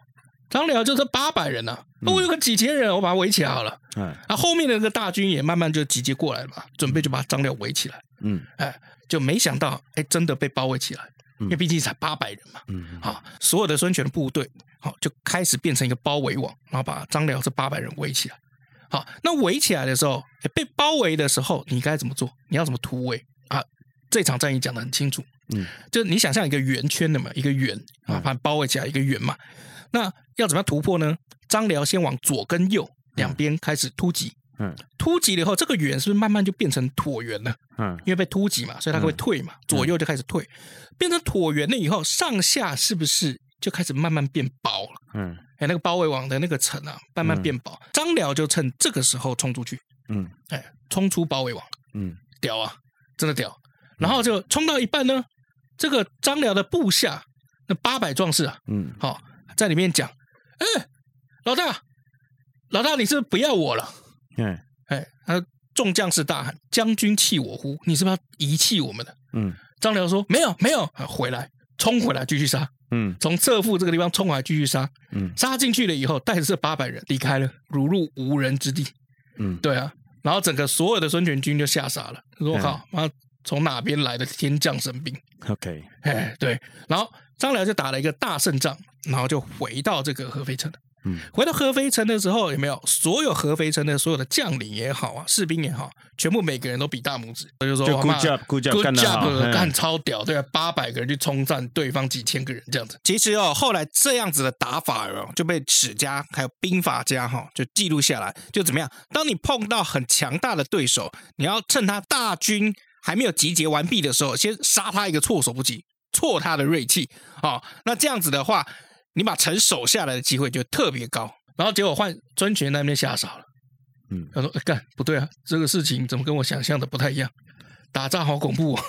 Speaker 1: 张辽就这八百人呐、啊，我有个几千人，我把他围起来好了。
Speaker 2: 哎
Speaker 1: 啊，后面的那个大军也慢慢就集结过来了嘛，准备就把张辽围起来。
Speaker 2: 嗯
Speaker 1: 哎，就没想到，哎，真的被包围起来，
Speaker 2: 嗯
Speaker 1: 因为毕竟才八百人嘛。
Speaker 2: 嗯
Speaker 1: 啊，所有的孙权的部队，好、就开始变成一个包围网，然后把张辽这八百人围起来。好，那围起来的时候，哎被包围的时候，你该怎么做？你要怎么突围啊？这场战役讲得很清楚，
Speaker 2: 嗯，
Speaker 1: 就是你想象一个圆圈的嘛，一个圆啊，
Speaker 2: 嗯
Speaker 1: 把它包围起来一个圆嘛。那要怎么样突破呢？张辽先往左跟右两边开始突击，
Speaker 2: 嗯，
Speaker 1: 突击了以后，这个圆是不是慢慢就变成椭圆了？
Speaker 2: 嗯
Speaker 1: 因为被突击嘛，所以它会退嘛，左右就开始退，变成椭圆了以后，上下是不是就开始慢慢变薄了？
Speaker 2: 嗯
Speaker 1: 哎，那个包围网的那个层啊，慢慢变薄。张辽就趁这个时候冲出去，
Speaker 2: 嗯
Speaker 1: 哎，冲出包围网，
Speaker 2: 嗯
Speaker 1: 屌啊，真的屌！然后就冲到一半呢，这个张辽的部下那八百壮士啊，
Speaker 2: 嗯，
Speaker 1: 好、在里面讲，哎，老大，老大，你是不是不要我了？
Speaker 2: 嗯
Speaker 1: 哎，他众将士大喊：“将军弃我乎？你是不是要遗弃我们的？”
Speaker 2: 嗯
Speaker 1: 张辽说：“没有，没有，啊回来，冲回来，继续杀，
Speaker 2: 嗯
Speaker 1: 从侧腹这个地方冲回来，继续杀，
Speaker 2: 嗯
Speaker 1: 杀进去了以后，带着这八百人离开了，如入无人之地。
Speaker 2: 嗯，
Speaker 1: 对啊，然后整个所有的孙权军就吓傻了，说：‘我
Speaker 2: 嗯
Speaker 1: 靠，妈，从哪边来的天降神兵？’
Speaker 2: ，OK，
Speaker 1: 哎，对，然后张辽就打了一个大胜仗，然后就回到这个合肥城了。
Speaker 2: 嗯，
Speaker 1: 回到合肥城的时候，有没有所有合肥城的所有的将领也好啊，士兵也好，全部每个人都比大拇指，就说
Speaker 2: 就
Speaker 1: 哇
Speaker 2: good
Speaker 1: 妈
Speaker 2: job，good job，
Speaker 1: good
Speaker 2: 干得好
Speaker 1: job，
Speaker 2: 嗯
Speaker 1: 干超屌，对啊，八百个人去冲占对方几千个人这样子。其实哦，后来这样子的打法哦，就被史家还有兵法家哈、就记录下来，就怎么样？当你碰到很强大的对手，你要趁他大军还没有集结完毕的时候，先杀他一个措手不及，挫他的锐气哦。那这样子的话，你把城守下来的机会就特别高。然后结果换孙权那边吓傻了，
Speaker 2: 嗯
Speaker 1: 他说：“哎干不对啊，这个事情怎么跟我想象的不太一样？打仗好恐怖、哦，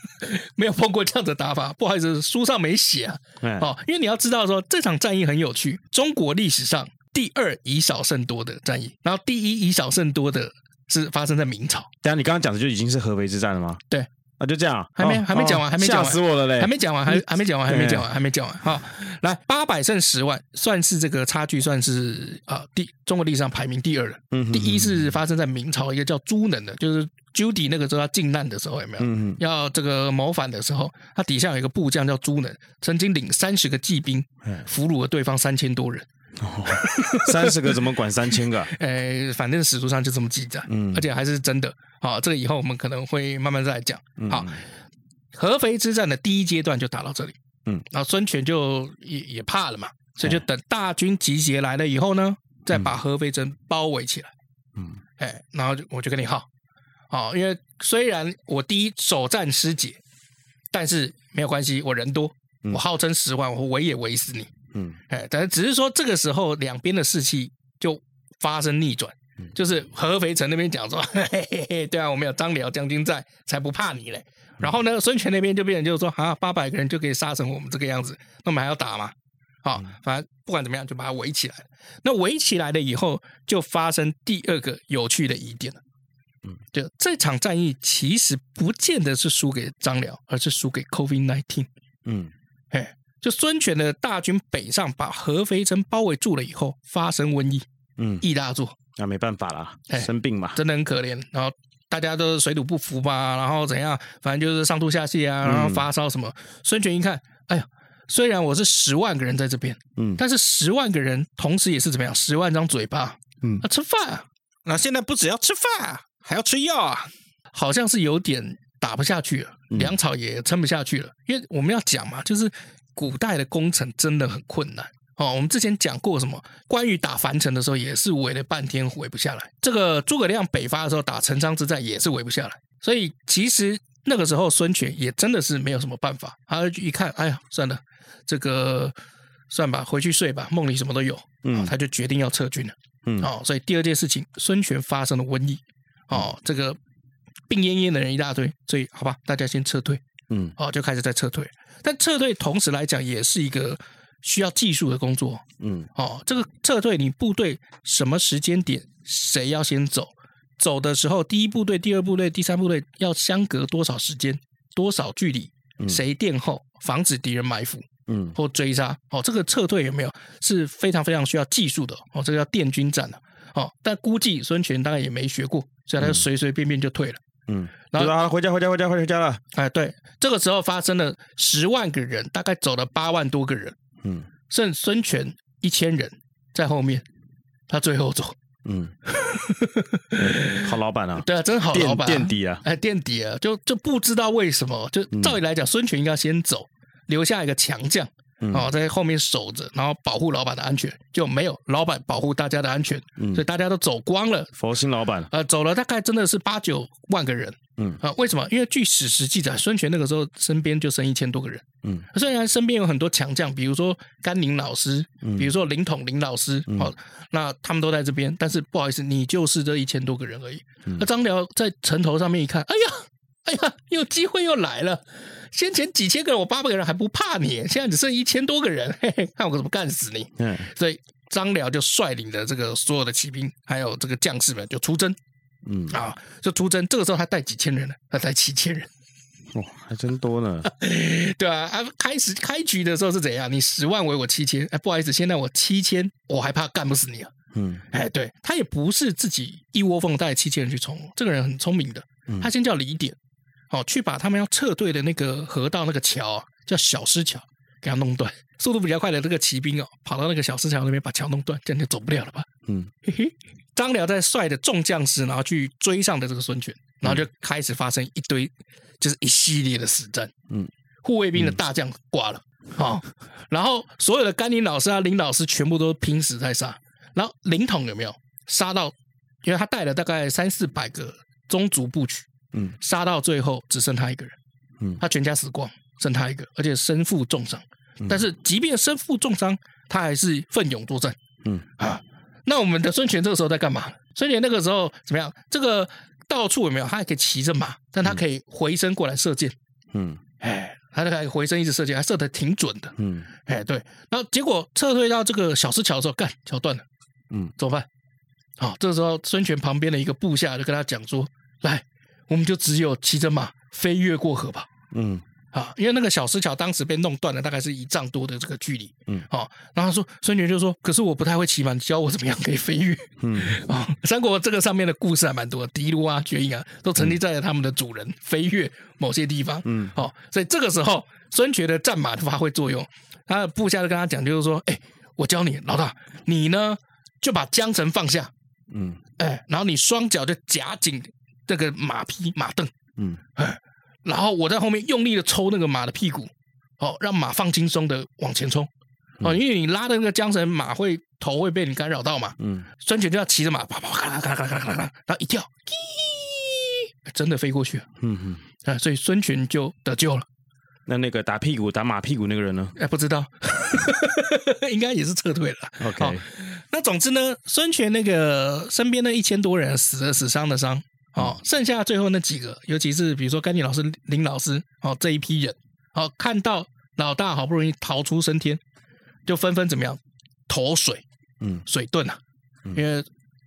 Speaker 1: 没有碰过这样的打法，不好意思，书上没写啊。
Speaker 2: 哎，
Speaker 1: 哦，因为你要知道说这场战役很有趣，中国历史上第二以少胜多的战役，然后第一以少胜多的是发生在明朝，
Speaker 2: 等下你刚刚讲的就已经是合肥之战了吗？
Speaker 1: 对，
Speaker 2: 啊，就这样，
Speaker 1: 还没
Speaker 2: 哦
Speaker 1: 还没讲完
Speaker 2: 哦
Speaker 1: 还没讲完
Speaker 2: 吓死我了嘞，
Speaker 1: 还没讲完，还还没讲完，还没讲
Speaker 2: 对
Speaker 1: 完，还没讲完。好，来八百胜十万，算是这个差距，算是啊、第中国历史上排名第二了。
Speaker 2: 嗯哼
Speaker 1: 第一是发生在明朝一个叫朱能的，就是 Judy 那个时候要靖难的时候，有没有？
Speaker 2: 嗯
Speaker 1: 要这个谋反的时候，他底下有一个部将叫朱能，曾经领三十个骑兵
Speaker 2: 嗯
Speaker 1: 俘虏了对方三千多人。
Speaker 2: 三十个怎么管三千个啊？
Speaker 1: 诶，哎反正史书上就这么记载，
Speaker 2: 嗯
Speaker 1: 而且还是真的。好、这个以后我们可能会慢慢再来讲。
Speaker 2: 嗯
Speaker 1: 好，合肥之战的第一阶段就打到这里。
Speaker 2: 嗯，
Speaker 1: 然后孙权就也也怕了嘛，所以就等大军集结来了以后呢，再把合肥城包围起来。
Speaker 2: 嗯，
Speaker 1: 哎，然后就我就跟你耗，哦，因为虽然我第一首战师姐，但是没有关系，我人多，
Speaker 2: 嗯
Speaker 1: 我号称十万，我围也围死你。
Speaker 2: 嗯
Speaker 1: 哎，但是只是说这个时候两边的士气就发生逆转，就是合肥城那边讲说，嘿嘿嘿，对啊，我们有张辽将军在，才不怕你嘞。然后呢，孙权那边就变成就是说啊，八百个人就可以杀成我们这个样子，那我们还要打吗？好、反正不管怎么样，就把它围起来了。那围起来了以后，就发生第二个有趣的疑点了。
Speaker 2: 嗯，
Speaker 1: 就这场战役其实不见得是输给张辽，而是输给 COVID nineteen。
Speaker 2: 嗯
Speaker 1: 哎，就孙权的大军北上，把合肥城包围住了以后，发生瘟疫，
Speaker 2: 嗯，
Speaker 1: 疫大作，
Speaker 2: 那没办法啦
Speaker 1: 哎，
Speaker 2: 生病嘛，
Speaker 1: 真的很可怜。然后大家都是水土不服吧，然后怎样，反正就是上吐下泻啊，
Speaker 2: 嗯
Speaker 1: 然后发烧什么。孙权一看，哎呀，虽然我是十万个人在这边，
Speaker 2: 嗯
Speaker 1: 但是十万个人同时也是怎么样，十万张嘴巴，
Speaker 2: 嗯
Speaker 1: 啊，吃饭、啊。那现在不只要吃饭、啊，还要吃药啊，好像是有点打不下去了，
Speaker 2: 嗯
Speaker 1: 粮草也撑不下去了。因为我们要讲嘛，就是古代的工程真的很困难。哦，我们之前讲过什么？关于打樊城的时候，也是围了半天围不下来。这个诸葛亮北伐的时候打陈仓之战也是围不下来。所以其实那个时候孙权也真的是没有什么办法，他一看，哎呀，算了，这个算吧，回去睡吧，梦里什么都有。
Speaker 2: 嗯
Speaker 1: 哦他就决定要撤军了。
Speaker 2: 嗯
Speaker 1: 哦，所以第二件事情，孙权发生了瘟疫，哦，
Speaker 2: 嗯
Speaker 1: 这个病恹恹的人一大堆，所以好吧，大家先撤退，
Speaker 2: 嗯
Speaker 1: 哦，就开始在撤退。但撤退同时来讲，也是一个需要技术的工作，
Speaker 2: 嗯
Speaker 1: 哦，这个撤退你部队什么时间点谁要先走？走的时候，第一部队、第二部队、第三部队要相隔多少时间、多少距离？
Speaker 2: 嗯
Speaker 1: 谁殿后，防止敌人埋伏
Speaker 2: 嗯
Speaker 1: 或追杀？哦，这个撤退有没有是非常非常需要技术的哦，这个叫电军战的、哦，但估计孙权当然也没学过，所以他就随随便便就退了。
Speaker 2: 嗯，
Speaker 1: 然后
Speaker 2: 然后回家回家回家回家了，
Speaker 1: 哎，对，这个时候发生了十万个人，大概走了八万多个人，
Speaker 2: 嗯
Speaker 1: 剩孙权一千人在后面，他最后走。
Speaker 2: 嗯，好老板啊，
Speaker 1: 对啊，真好老
Speaker 2: 垫
Speaker 1: 板、啊，
Speaker 2: 垫底啊，
Speaker 1: 哎，垫底啊，就就不知道为什么，就
Speaker 2: 嗯
Speaker 1: 照理来讲，孙权应该先走，留下一个强将
Speaker 2: 嗯
Speaker 1: 哦，在后面守着，然后保护老板的安全，就没有老板保护大家的安全，
Speaker 2: 嗯
Speaker 1: 所以大家都走光了。
Speaker 2: 佛心老板，
Speaker 1: 呃，走了大概真的是八九万个人，
Speaker 2: 嗯
Speaker 1: 啊、为什么？因为据史实记载，孙权那个时候身边就剩一千多个人，
Speaker 2: 嗯
Speaker 1: 虽然身边有很多强将，比如说甘宁老师，
Speaker 2: 嗯
Speaker 1: 比如说林统林老师，
Speaker 2: 嗯
Speaker 1: 哦，那他们都在这边，但是不好意思，你就是这一千多个人而已。
Speaker 2: 嗯
Speaker 1: 那张辽在城头上面一看，哎呀，哎呀，又机会又来了。先前几千个人，我八百个人还不怕你，现在只剩一千多个人，嘿嘿，看我怎么干死你！
Speaker 2: 嗯
Speaker 1: 所以张辽就率领着这个所有的骑兵，还有这个将士们就出征
Speaker 2: 嗯，
Speaker 1: 啊，就出征。这个时候他带几千人呢？他带七千人。
Speaker 2: 哇，还真多呢，
Speaker 1: 对啊，啊，开始开局的时候是怎样？你十万为我七千，哎，不好意思，现在我七千，我还怕干不死你啊！
Speaker 2: 嗯
Speaker 1: 哎，对他也不是自己一窝蜂带七千人去冲，哦这个人很聪明的，
Speaker 2: 嗯
Speaker 1: 他先叫李典，哦，去把他们要撤退的那个河道那个桥、啊、叫小石桥给他弄断， 速度比较快的这个骑兵哦，跑到那个小石桥那边把桥弄断，这样就走不了了吧？
Speaker 2: 嗯
Speaker 1: 嘿嘿，张辽在率着众将士，然后去追上的这个孙权，
Speaker 2: 嗯
Speaker 1: 然后就开始发生一堆，就是一系列的死战。
Speaker 2: 嗯，
Speaker 1: 护卫兵的大将挂了，好、然后所有的甘宁老师啊、林老师全部都拼死在杀。然后林统有没有杀到？因为他带了大概三四百个宗族部曲，
Speaker 2: 嗯
Speaker 1: 杀到最后只剩他一个人，
Speaker 2: 嗯
Speaker 1: 他全家死光，剩他一个，而且身负重伤。
Speaker 2: 嗯
Speaker 1: 但是即便身负重伤，他还是奋勇作战。
Speaker 2: 嗯
Speaker 1: 啊，那我们的孙权这个时候在干嘛？孙权那个时候怎么样？这个到处有没有？他还可以骑着马，但他可以回身过来射箭。
Speaker 2: 嗯
Speaker 1: 哎，他那个回身一直射箭，还射的挺准的。
Speaker 2: 嗯
Speaker 1: 哎，对，然后结果撤退到这个小石桥的时候，干桥断了，
Speaker 2: 嗯，
Speaker 1: 怎么办？好、这个时候孙权旁边的一个部下就跟他讲说：“来，我们就只有骑着马飞越过河吧。”
Speaker 2: 嗯
Speaker 1: 啊，因为那个小石桥当时被弄断了，大概是一丈多的这个距离。
Speaker 2: 嗯
Speaker 1: 哦，然后他说孙权就说：“可是我不太会骑马，你教我怎么样可以飞跃
Speaker 2: 嗯
Speaker 1: 啊、三国这个上面的故事还蛮多的，狄卢啊、绝印啊，都曾经带着他们的主人飞跃某些地方。
Speaker 2: 嗯
Speaker 1: 哦，所以这个时候孙权的战马就发挥作用，他的部下就跟他讲，就是说：“哎，我教你，老大，你呢就把缰绳放下，
Speaker 2: 嗯
Speaker 1: 哎，然后你双脚就夹紧这个马匹马镫，
Speaker 2: 嗯
Speaker 1: 然后我在后面用力的抽那个马的屁股，哦，让马放轻松的往前冲。哦，因为你拉的那个缰绳马会头会被你干扰到嘛，
Speaker 2: 嗯，
Speaker 1: 孙权就要骑着马，啪啪咔啦咔啦咔啦咔啦，然后一跳，叽，真的飞过去了
Speaker 2: 嗯嗯，
Speaker 1: 啊！所以孙权就得救了。
Speaker 2: 那那个打屁股打马屁股那个人呢
Speaker 1: 哎，不知道， 应该也是撤退了。
Speaker 2: ？OK，
Speaker 1: 好那总之呢，孙权那个身边那一千多人死的死，伤的伤，哦，剩下最后那几个，尤其是比如说甘地老师、林老师，哦，这一批人，哦，看到老大好不容易逃出升天，就纷纷怎么样投水
Speaker 2: 嗯
Speaker 1: 水遁啊，
Speaker 2: 嗯
Speaker 1: 因为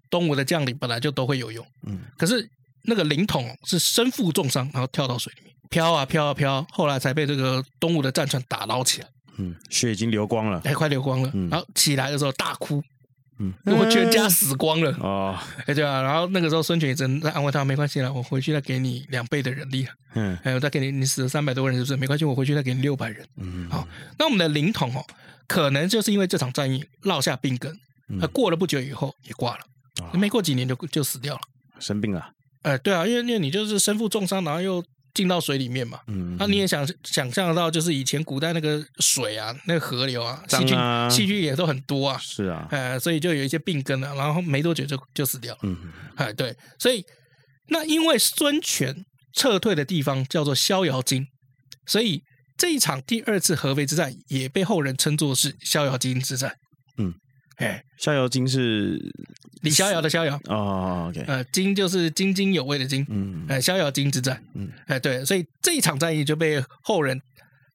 Speaker 1: 东吴的将领本来就都会游泳，
Speaker 2: 嗯，
Speaker 1: 可是那个凌统是身负重伤，然后跳到水里面飘啊飘啊飘，后来才被这个东吴的战船打捞起来，
Speaker 2: 嗯，血已经流光了，
Speaker 1: 哎，快流光了，
Speaker 2: 嗯
Speaker 1: 然后起来的时候大哭，
Speaker 2: 嗯，
Speaker 1: 我全家死光了。
Speaker 2: 哦，
Speaker 1: 哎，对啊，然后那个时候孙权也只能在安慰他，没关系啦，我回去再给你两倍的人力啊，
Speaker 2: 嗯
Speaker 1: 还有再给你，你死了三百多人是不是？没关系，我回去再给你六百人。
Speaker 2: 嗯，
Speaker 1: 好那我们的凌统哦，可能就是因为这场战役落下病根，
Speaker 2: 嗯
Speaker 1: 他过了不久以后也挂了，哎
Speaker 2: 啊
Speaker 1: 没过几年就就死掉了。
Speaker 2: 生病了，
Speaker 1: 哎，对啊，因为因为你就是身负重伤，然后又浸到水里面嘛。
Speaker 2: 嗯，
Speaker 1: 那、你也想想象得到，就是以前古代那个水啊，那个河流啊，细菌
Speaker 2: 脏啊
Speaker 1: 细菌也都很多啊，
Speaker 2: 是啊，
Speaker 1: 呃，所以就有一些病根啊，然后没多久就就死掉了。
Speaker 2: 嗯
Speaker 1: 哎，对，所以那因为孙权撤退的地方叫做逍遥津，所以这一场第二次合肥之战也被后人称作是逍遥津之战。
Speaker 2: 嗯，
Speaker 1: 哎，
Speaker 2: 逍遥津是
Speaker 1: 李逍遥的逍遥，
Speaker 2: 哦，OK，
Speaker 1: 呃，津就是津津有味的津，
Speaker 2: 嗯
Speaker 1: 哎，逍遥津之战。
Speaker 2: 嗯，
Speaker 1: 哎，对，所以这一场战役就被后人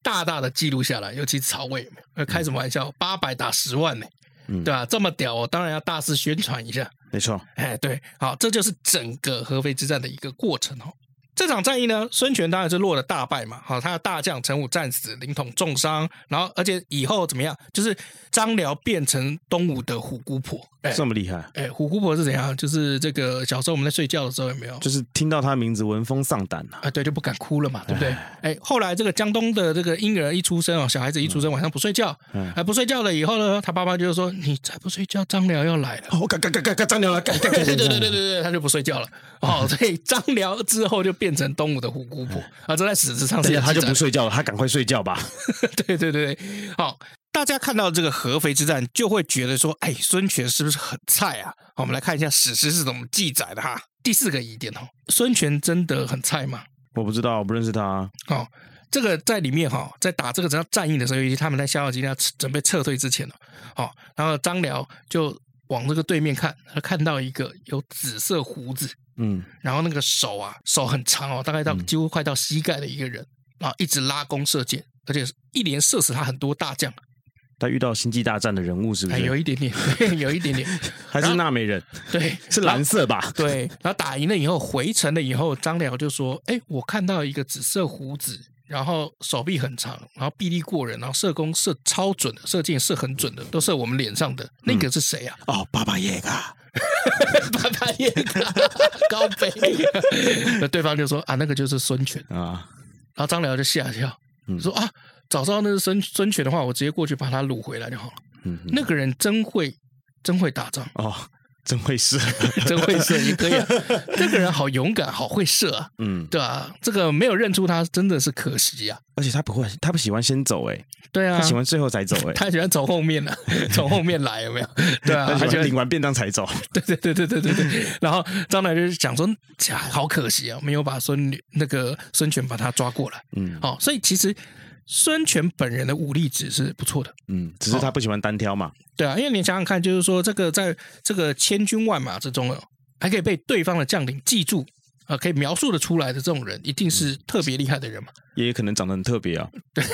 Speaker 1: 大大的记录下来，尤其是曹魏，呃开什么玩笑，八百打十万呢、
Speaker 2: 嗯
Speaker 1: 对吧、这么屌、哦，当然要大肆宣传一下。
Speaker 2: 没错，
Speaker 1: 哎，对，好，这就是整个合肥之战的一个过程哦。这场战役呢，孙权当然是落了大败嘛，好、他的大将陈武战死，凌统重伤，然后而且以后怎么样，就是张辽变成东吴的虎姑婆，哎
Speaker 2: 这么厉害，
Speaker 1: 哎，虎姑婆是怎样？就是这个小时候我们在睡觉的时候有没有？
Speaker 2: 就是听到他名字闻风丧胆啊，
Speaker 1: 啊，对，就不敢哭了嘛，对不对？哎，后来这个江东的这个婴儿一出生哦，小孩子一出生晚上不睡觉，
Speaker 2: 嗯
Speaker 1: 哎，不睡觉了以后呢，他爸爸就说：“你再不睡觉，张辽要来了。”
Speaker 2: 哦，干干干干干张良了，干干嗯
Speaker 1: 对对对对对对对，他就不睡觉了。哦，所以张辽之后就变成东吴的虎姑婆啊，这在史实上是
Speaker 2: 对
Speaker 1: 有
Speaker 2: 呀，他就
Speaker 1: 记载
Speaker 2: 不睡觉了，他赶快睡觉吧，
Speaker 1: 的。 对对对对，好，大家看到这个合肥之战，就会觉得说，哎，孙权是不是很菜啊？好我们来看一下史实是怎么记载的哈。第四个疑点哦，孙权真的很菜吗？
Speaker 2: 我不知道，我不认识他，
Speaker 1: 哦，这个在里面哈、在打这个战战役的时候，尤其他们在逍遥津要撤准备撤退之前呢，哦，然后张辽就往这个对面看，他看到一个有紫色胡子，
Speaker 2: 嗯
Speaker 1: 然后那个手啊，手很长哦，大概到
Speaker 2: 嗯
Speaker 1: 几乎快到膝盖的一个人，然后一直拉弓射箭，而且一连射死他很多大将，
Speaker 2: 他遇到星际大战的人物是不
Speaker 1: 哎，有
Speaker 2: 是？
Speaker 1: 一点点，有一点点，
Speaker 2: 还是纳美 人？
Speaker 1: 对，
Speaker 2: 是
Speaker 1: 然后
Speaker 2: 蓝色吧？
Speaker 1: 对， 然后打赢了以后回城了以后，张辽就说：“哎，我看到一个紫色胡子，然后手臂很长，然后臂力过人，然后射弓射超准的，射箭射很准的，都射我们脸上的，那个 是谁啊？
Speaker 2: 哦，爸爸耶嘎，
Speaker 1: 巴巴耶卡 高飞。”那对方就说：“啊，那个就是孙权。”
Speaker 2: 啊，
Speaker 1: 然后张辽就吓一跳，
Speaker 2: 嗯
Speaker 1: 说啊，早知道那是孙孙权的话，我直接过去把他掳回来就好了。
Speaker 2: 嗯，
Speaker 1: 那个人真会，真会 打仗，
Speaker 2: 哦， 真会是，
Speaker 1: 真会射也可以、啊。那个人好勇敢，好会射啊，
Speaker 2: 嗯，
Speaker 1: 对啊，这个没有认出他真的是可惜呀、
Speaker 2: 而且他不会，他不喜欢先走，哎，
Speaker 1: 啊。对啊，
Speaker 2: 他喜欢最后才走，哎，
Speaker 1: 他喜欢从 后面啊，从后面来有没有？对啊，
Speaker 2: 他
Speaker 1: 他
Speaker 2: 喜欢
Speaker 1: 喜欢
Speaker 2: 领完便当才走，
Speaker 1: 对 对对对对对对。然后张辽就是想说，呀好可惜啊，没有把孙女那个孙权把他抓过来。
Speaker 2: 嗯
Speaker 1: 哦，所以其实孙权本人的武力值是不错的。
Speaker 2: 嗯，只是他不喜欢单挑嘛，
Speaker 1: 对啊，因为你想想看，就是说这个在这个千军万马之中哦，还可以被对方的将领记住，啊、可以描述的出来的这种人，一定是
Speaker 2: 嗯
Speaker 1: 特别厉害的人 嘛。
Speaker 2: 也有可能长得很特别啊。对，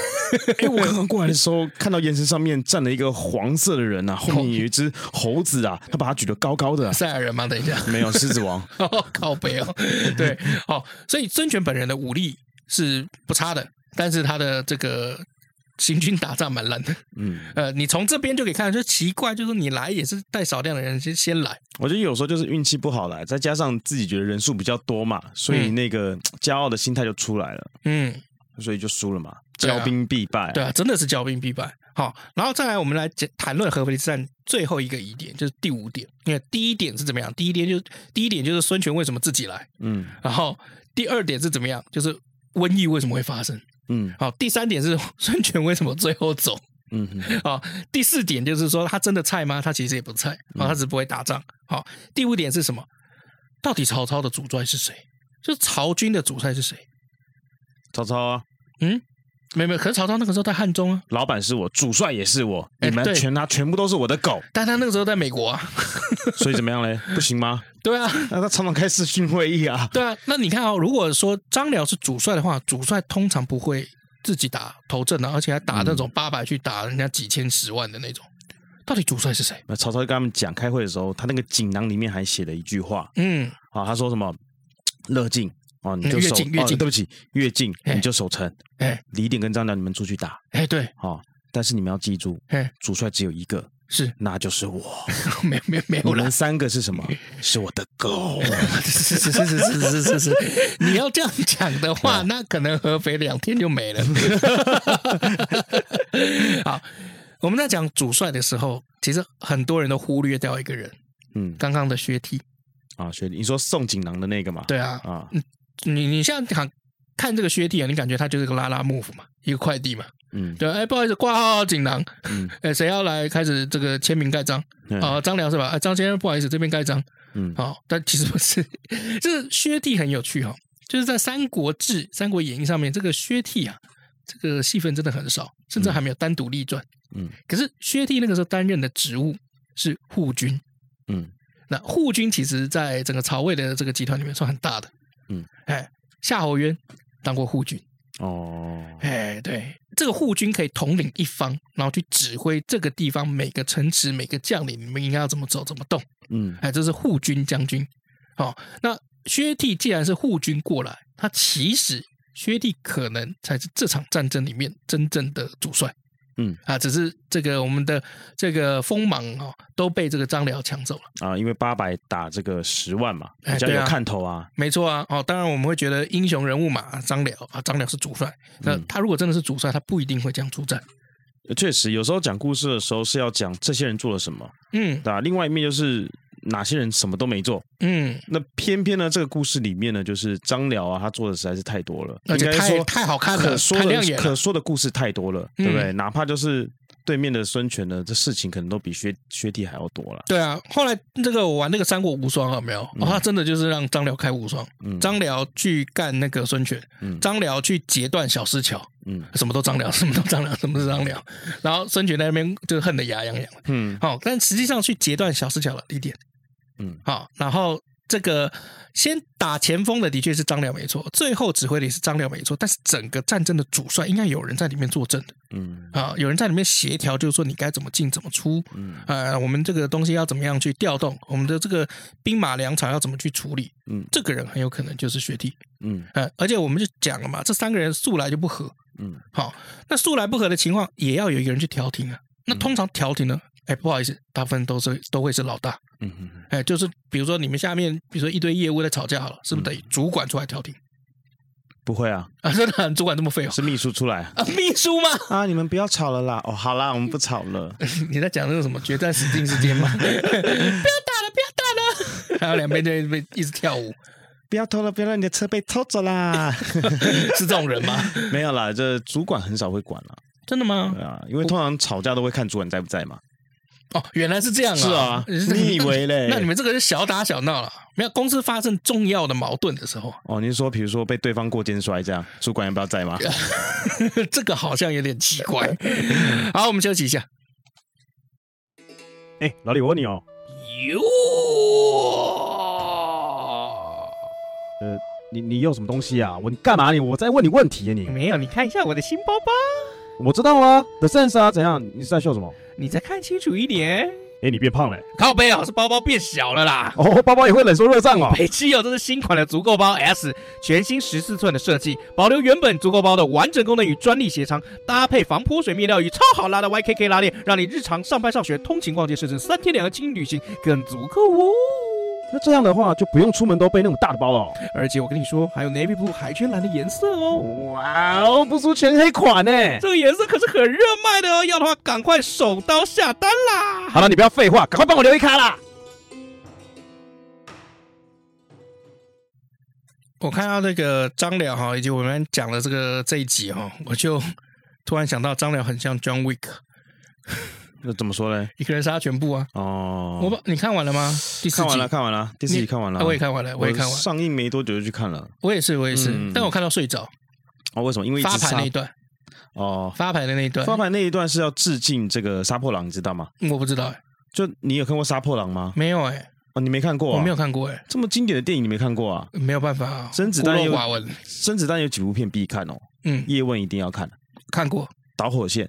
Speaker 2: 哎，我刚刚过来的时候，看到岩石上面站了一个黄色的人啊，后面
Speaker 1: 哦
Speaker 2: 有一只猴子啊，他把它举得高高的啊，
Speaker 1: 赛亚人吗？等一下，
Speaker 2: 没有狮子王，
Speaker 1: 靠北哦，对，好、所以孙权本人的武力是不差的，但是他的这个行军打仗蛮烂的。
Speaker 2: 嗯，
Speaker 1: 呃，你从这边就可以看得出奇怪，就是你来也是带少量的人先先来，
Speaker 2: 我觉得有时候就是运气不好来，再加上自己觉得人数比较多嘛，所以
Speaker 1: 嗯
Speaker 2: 那个骄傲的心态就出来了，
Speaker 1: 嗯，
Speaker 2: 所以就输了嘛，
Speaker 1: 对啊
Speaker 2: 骄兵必败，
Speaker 1: 对啊，真的是骄兵必败。好，然后再来我们来讲谈论合肥之战最后一个疑点，就是第五点。因为第一点是怎么样？第一点就是第一点就是孙权为什么自己来，
Speaker 2: 嗯
Speaker 1: 然后第二点是怎么样？就是瘟疫为什么会发生？
Speaker 2: 嗯
Speaker 1: 好，第三点是孙权为什么最后走？
Speaker 2: 嗯 哼，
Speaker 1: 啊、第四点就是说，他真的菜吗？他其实也不菜啊、他只是不会打仗。好、第五点是什么？到底曹操的主帅是谁？就是曹军的主帅是谁？
Speaker 2: 曹操啊，
Speaker 1: 没有没有，可是曹操那个时候在汉中啊，
Speaker 2: 老板是我，主帅也是我，
Speaker 1: 哎
Speaker 2: 你们
Speaker 1: 对
Speaker 2: 全他全部都是我的 狗，
Speaker 1: 但他那个时候在美国啊。
Speaker 2: 所以怎么样嘞？不行吗？
Speaker 1: 对啊，
Speaker 2: 那他常常开视讯会议啊，
Speaker 1: 对啊。那你看哦，如果说张辽是主帅的话，主帅通常不会自己打头阵啊的、而且还打那种八百去打人家几千十万的那种。到底主帅是谁？
Speaker 2: 那曹操跟他们讲开会的时候，他那个锦囊里面还写了一句话
Speaker 1: 嗯，
Speaker 2: 啊，他说什么？乐进啊，你
Speaker 1: 嗯
Speaker 2: 就
Speaker 1: 乐
Speaker 2: 守
Speaker 1: 进乐
Speaker 2: 哦
Speaker 1: 进
Speaker 2: 对不起，越进
Speaker 1: 哎
Speaker 2: 你就守城，
Speaker 1: 哎
Speaker 2: 李典跟张辽你们出去打
Speaker 1: 哎，对，
Speaker 2: 啊，但是你们要记住，
Speaker 1: 哎
Speaker 2: 主帅只有一个，
Speaker 1: 是
Speaker 2: 那就是 我。
Speaker 1: 没有没有没
Speaker 2: 你
Speaker 1: 有了
Speaker 2: 们。三个是什么？ 是我的 狗。
Speaker 1: 是是是是是是是是，你要这样讲的话，那可能合肥两天就没了。 好，我们在讲主帅的时候，其实很多人都忽略掉一个人，
Speaker 2: 嗯
Speaker 1: 刚刚的薛梯。
Speaker 2: 啊，学弟，你说送锦囊的那个嘛？
Speaker 1: 对啊，
Speaker 2: 啊，
Speaker 1: 你你现在看看这个薛梯啊，你感觉他就是个拉拉幕府嘛，一个快递嘛。
Speaker 2: 嗯
Speaker 1: 对，哎，不好意思，挂号锦囊，
Speaker 2: 嗯
Speaker 1: 哎，谁要来开始这个签名盖章？
Speaker 2: 嗯
Speaker 1: 啊、张辽是吧？啊，张先生，不好意思，这边盖章。
Speaker 2: 嗯
Speaker 1: 好、但其实不是，就是薛悌很有趣哈、哦，就是在《三国志》《三国演义》上面，这个薛悌啊，这个戏份真的很少，甚至还没有单独立传。
Speaker 2: 嗯，
Speaker 1: 可是薛悌那个时候担任的职务是护军，
Speaker 2: 嗯
Speaker 1: 那护军其实在整个曹魏的这个集团里面算很大的。
Speaker 2: 嗯，
Speaker 1: 哎，夏侯渊当过护军，
Speaker 2: 哦，
Speaker 1: 哎，对，这个护军可以统领一方，然后去指挥这个地方每个城池、每个将领，你们应该要怎么走、怎么动。
Speaker 2: 嗯
Speaker 1: 哎，这是护军将军。好、那薛悌既然是护军过来，他其实薛悌可能才是这场战争里面真正的主帅。
Speaker 2: 嗯
Speaker 1: 啊，只是这个我们的这个锋芒哦，都被这个张辽抢走了。
Speaker 2: 啊，因为八百打这个十万嘛，
Speaker 1: 哎
Speaker 2: 比较
Speaker 1: 对
Speaker 2: 有
Speaker 1: 啊
Speaker 2: 看头啊。
Speaker 1: 没错啊，哦，当然我们会觉得英雄人物嘛，啊张辽啊，张辽是主帅。那他如果真的是主帅，他不一定会这样出战。
Speaker 2: 确实，有时候讲故事的时候是要讲这些人做了什么，
Speaker 1: 嗯
Speaker 2: 对吧？另外一面就是哪些人什么都没做。
Speaker 1: 嗯，
Speaker 2: 那偏偏呢，这个故事里面呢，就是张辽啊，他做的实在是太多了，
Speaker 1: 而且
Speaker 2: 应该
Speaker 1: 太
Speaker 2: 说
Speaker 1: 太好看了
Speaker 2: 可说
Speaker 1: 太亮
Speaker 2: 的
Speaker 1: 眼了
Speaker 2: 可说的故事太多了，对
Speaker 1: 嗯
Speaker 2: 不对？哪怕就是对面的孙权呢，这事情可能都比薛薛悌还要多了。
Speaker 1: 对啊。后来这个我玩那个三国无双啊，有没有？哦，他真的就是让张辽开无双。
Speaker 2: 嗯，
Speaker 1: 张辽去干那个孙权，
Speaker 2: 嗯
Speaker 1: 张辽去截断小石桥，
Speaker 2: 嗯
Speaker 1: 什么都张辽， 什么都张辽，什么都张辽。然后孙权在那边就恨得牙痒痒了。
Speaker 2: 嗯
Speaker 1: 好、但实际上去截断小石桥了，李典。
Speaker 2: 嗯，
Speaker 1: 好、哦然后这个先打前锋的的确是张辽没错，最后指挥的也是张辽没错，但是整个战争的主帅应该有人在里面坐镇的。
Speaker 2: 嗯
Speaker 1: 啊，有人在里面协调，就是说你该怎么进怎么出，
Speaker 2: 嗯
Speaker 1: 呃，我们这个东西要怎么样去调动，我们的这个兵马粮草要怎么去处理，
Speaker 2: 嗯
Speaker 1: 这个人很有可能就是学弟，
Speaker 2: 嗯
Speaker 1: 呃，而且我们就讲了嘛，这三个人素来就不和，
Speaker 2: 嗯，
Speaker 1: 好，那素来不和的情况也要有一个人去调停啊，那通常调停呢，哎，不好意思，大部分都是都会是老大，
Speaker 2: 嗯嗯
Speaker 1: 哎，就是比如说你们下面，比如说一堆业务在吵架好了，是不是得主管出来调停
Speaker 2: 不会啊，
Speaker 1: 啊？ 真的，主管这么废哦？
Speaker 2: 是秘书出来
Speaker 1: 啊，秘书吗？
Speaker 2: 啊，你们不要吵了啦。哦，好啦，我们不吵了。
Speaker 1: 你在讲那个什么决战死定时间 吗？不要打了，不 要打了！然后两边就一直被一直跳舞，
Speaker 2: 不要偷了，不要让你的车被偷走啦！
Speaker 1: 是这种人 吗？
Speaker 2: 没有啦，这主管很少会管啦，
Speaker 1: 真的吗
Speaker 2: 对？啊，因为通常吵架都会看主管在不在嘛。
Speaker 1: 哦，原来是这样啊！
Speaker 2: 是 啊你以为嘞
Speaker 1: 那你们这个是小打小闹了，没有公司发生重要的矛盾的时候，
Speaker 2: 哦，你是说比如说被对方过肩摔这样，主管要不要在吗？
Speaker 1: 这个好像有点奇怪。 好，我们休息一下。
Speaker 2: 哎、老李，我问你哦，
Speaker 1: 哟，
Speaker 3: 你你有什么东西啊？我你干嘛你？我在问你问题啊你！
Speaker 1: 没有，你看一下我的新包包，
Speaker 3: 我知道啊，The Sense 啊，怎样？你是在笑什么？
Speaker 1: 你再看清楚一点。
Speaker 3: 哎、你变胖了、
Speaker 1: 靠背哦，是包包变小了啦。
Speaker 3: 哦，包包也会冷缩热胀 哦。
Speaker 1: 北汽哦，这是新款的足够包 S，全新十四寸的设计，保留原本足够包的完整功能与专利鞋仓，搭配防泼水面料与超好拉的 YKK 拉链，让你日常上班、上学、通勤、逛街，甚至三天两夜轻旅行更足够哦。
Speaker 3: 那这样的话就不用出门都背那么大的包了哦、
Speaker 1: 而且我跟你说，还有 navy blue 海军蓝的颜色哦，
Speaker 3: 哇哦，不出全黑款呢、
Speaker 1: 这个颜色可是很热卖的哦，要的话赶快手刀下单啦！
Speaker 3: 好了，你不要废话，赶快帮我留一卡啦！
Speaker 1: 我看到那个张辽哈，以及我们讲的这个这一集哈，我就突然想到张辽很像 John Wick，
Speaker 2: 那怎么说嘞？
Speaker 1: 一个人杀全部啊！
Speaker 2: 哦，
Speaker 1: 我把你看完了吗？第四
Speaker 2: 看完
Speaker 1: 集
Speaker 2: 了，看完了，第四集
Speaker 1: 你
Speaker 2: 看完了，
Speaker 1: 啊我也看完了，我也看完，
Speaker 2: 上映没多久就去看了。
Speaker 1: 我也是，我也是
Speaker 2: 嗯，
Speaker 1: 但我看到睡着，
Speaker 2: 哦，为什么？因为一直
Speaker 1: 发牌
Speaker 2: 杀
Speaker 1: 那一段，
Speaker 2: 哦，
Speaker 1: 发牌的那一段，
Speaker 2: 发牌那一段是要致敬这个杀破狼，你知道吗？
Speaker 1: 我不知道哎，
Speaker 2: 就你有看过杀破狼吗？
Speaker 1: 没有哎，
Speaker 2: 哦，你没看过、啊？
Speaker 1: 我没有看过哎，
Speaker 2: 这么经典的电影，你没看过啊？
Speaker 1: 没有办法啊，
Speaker 2: 甄子
Speaker 1: 孤
Speaker 2: 丹
Speaker 1: 陋
Speaker 2: 有
Speaker 1: 寡闻，
Speaker 2: 甄子丹有几部片必看哦，
Speaker 1: 嗯，
Speaker 2: 叶问一定要看，《
Speaker 1: 看过
Speaker 2: 导火线》。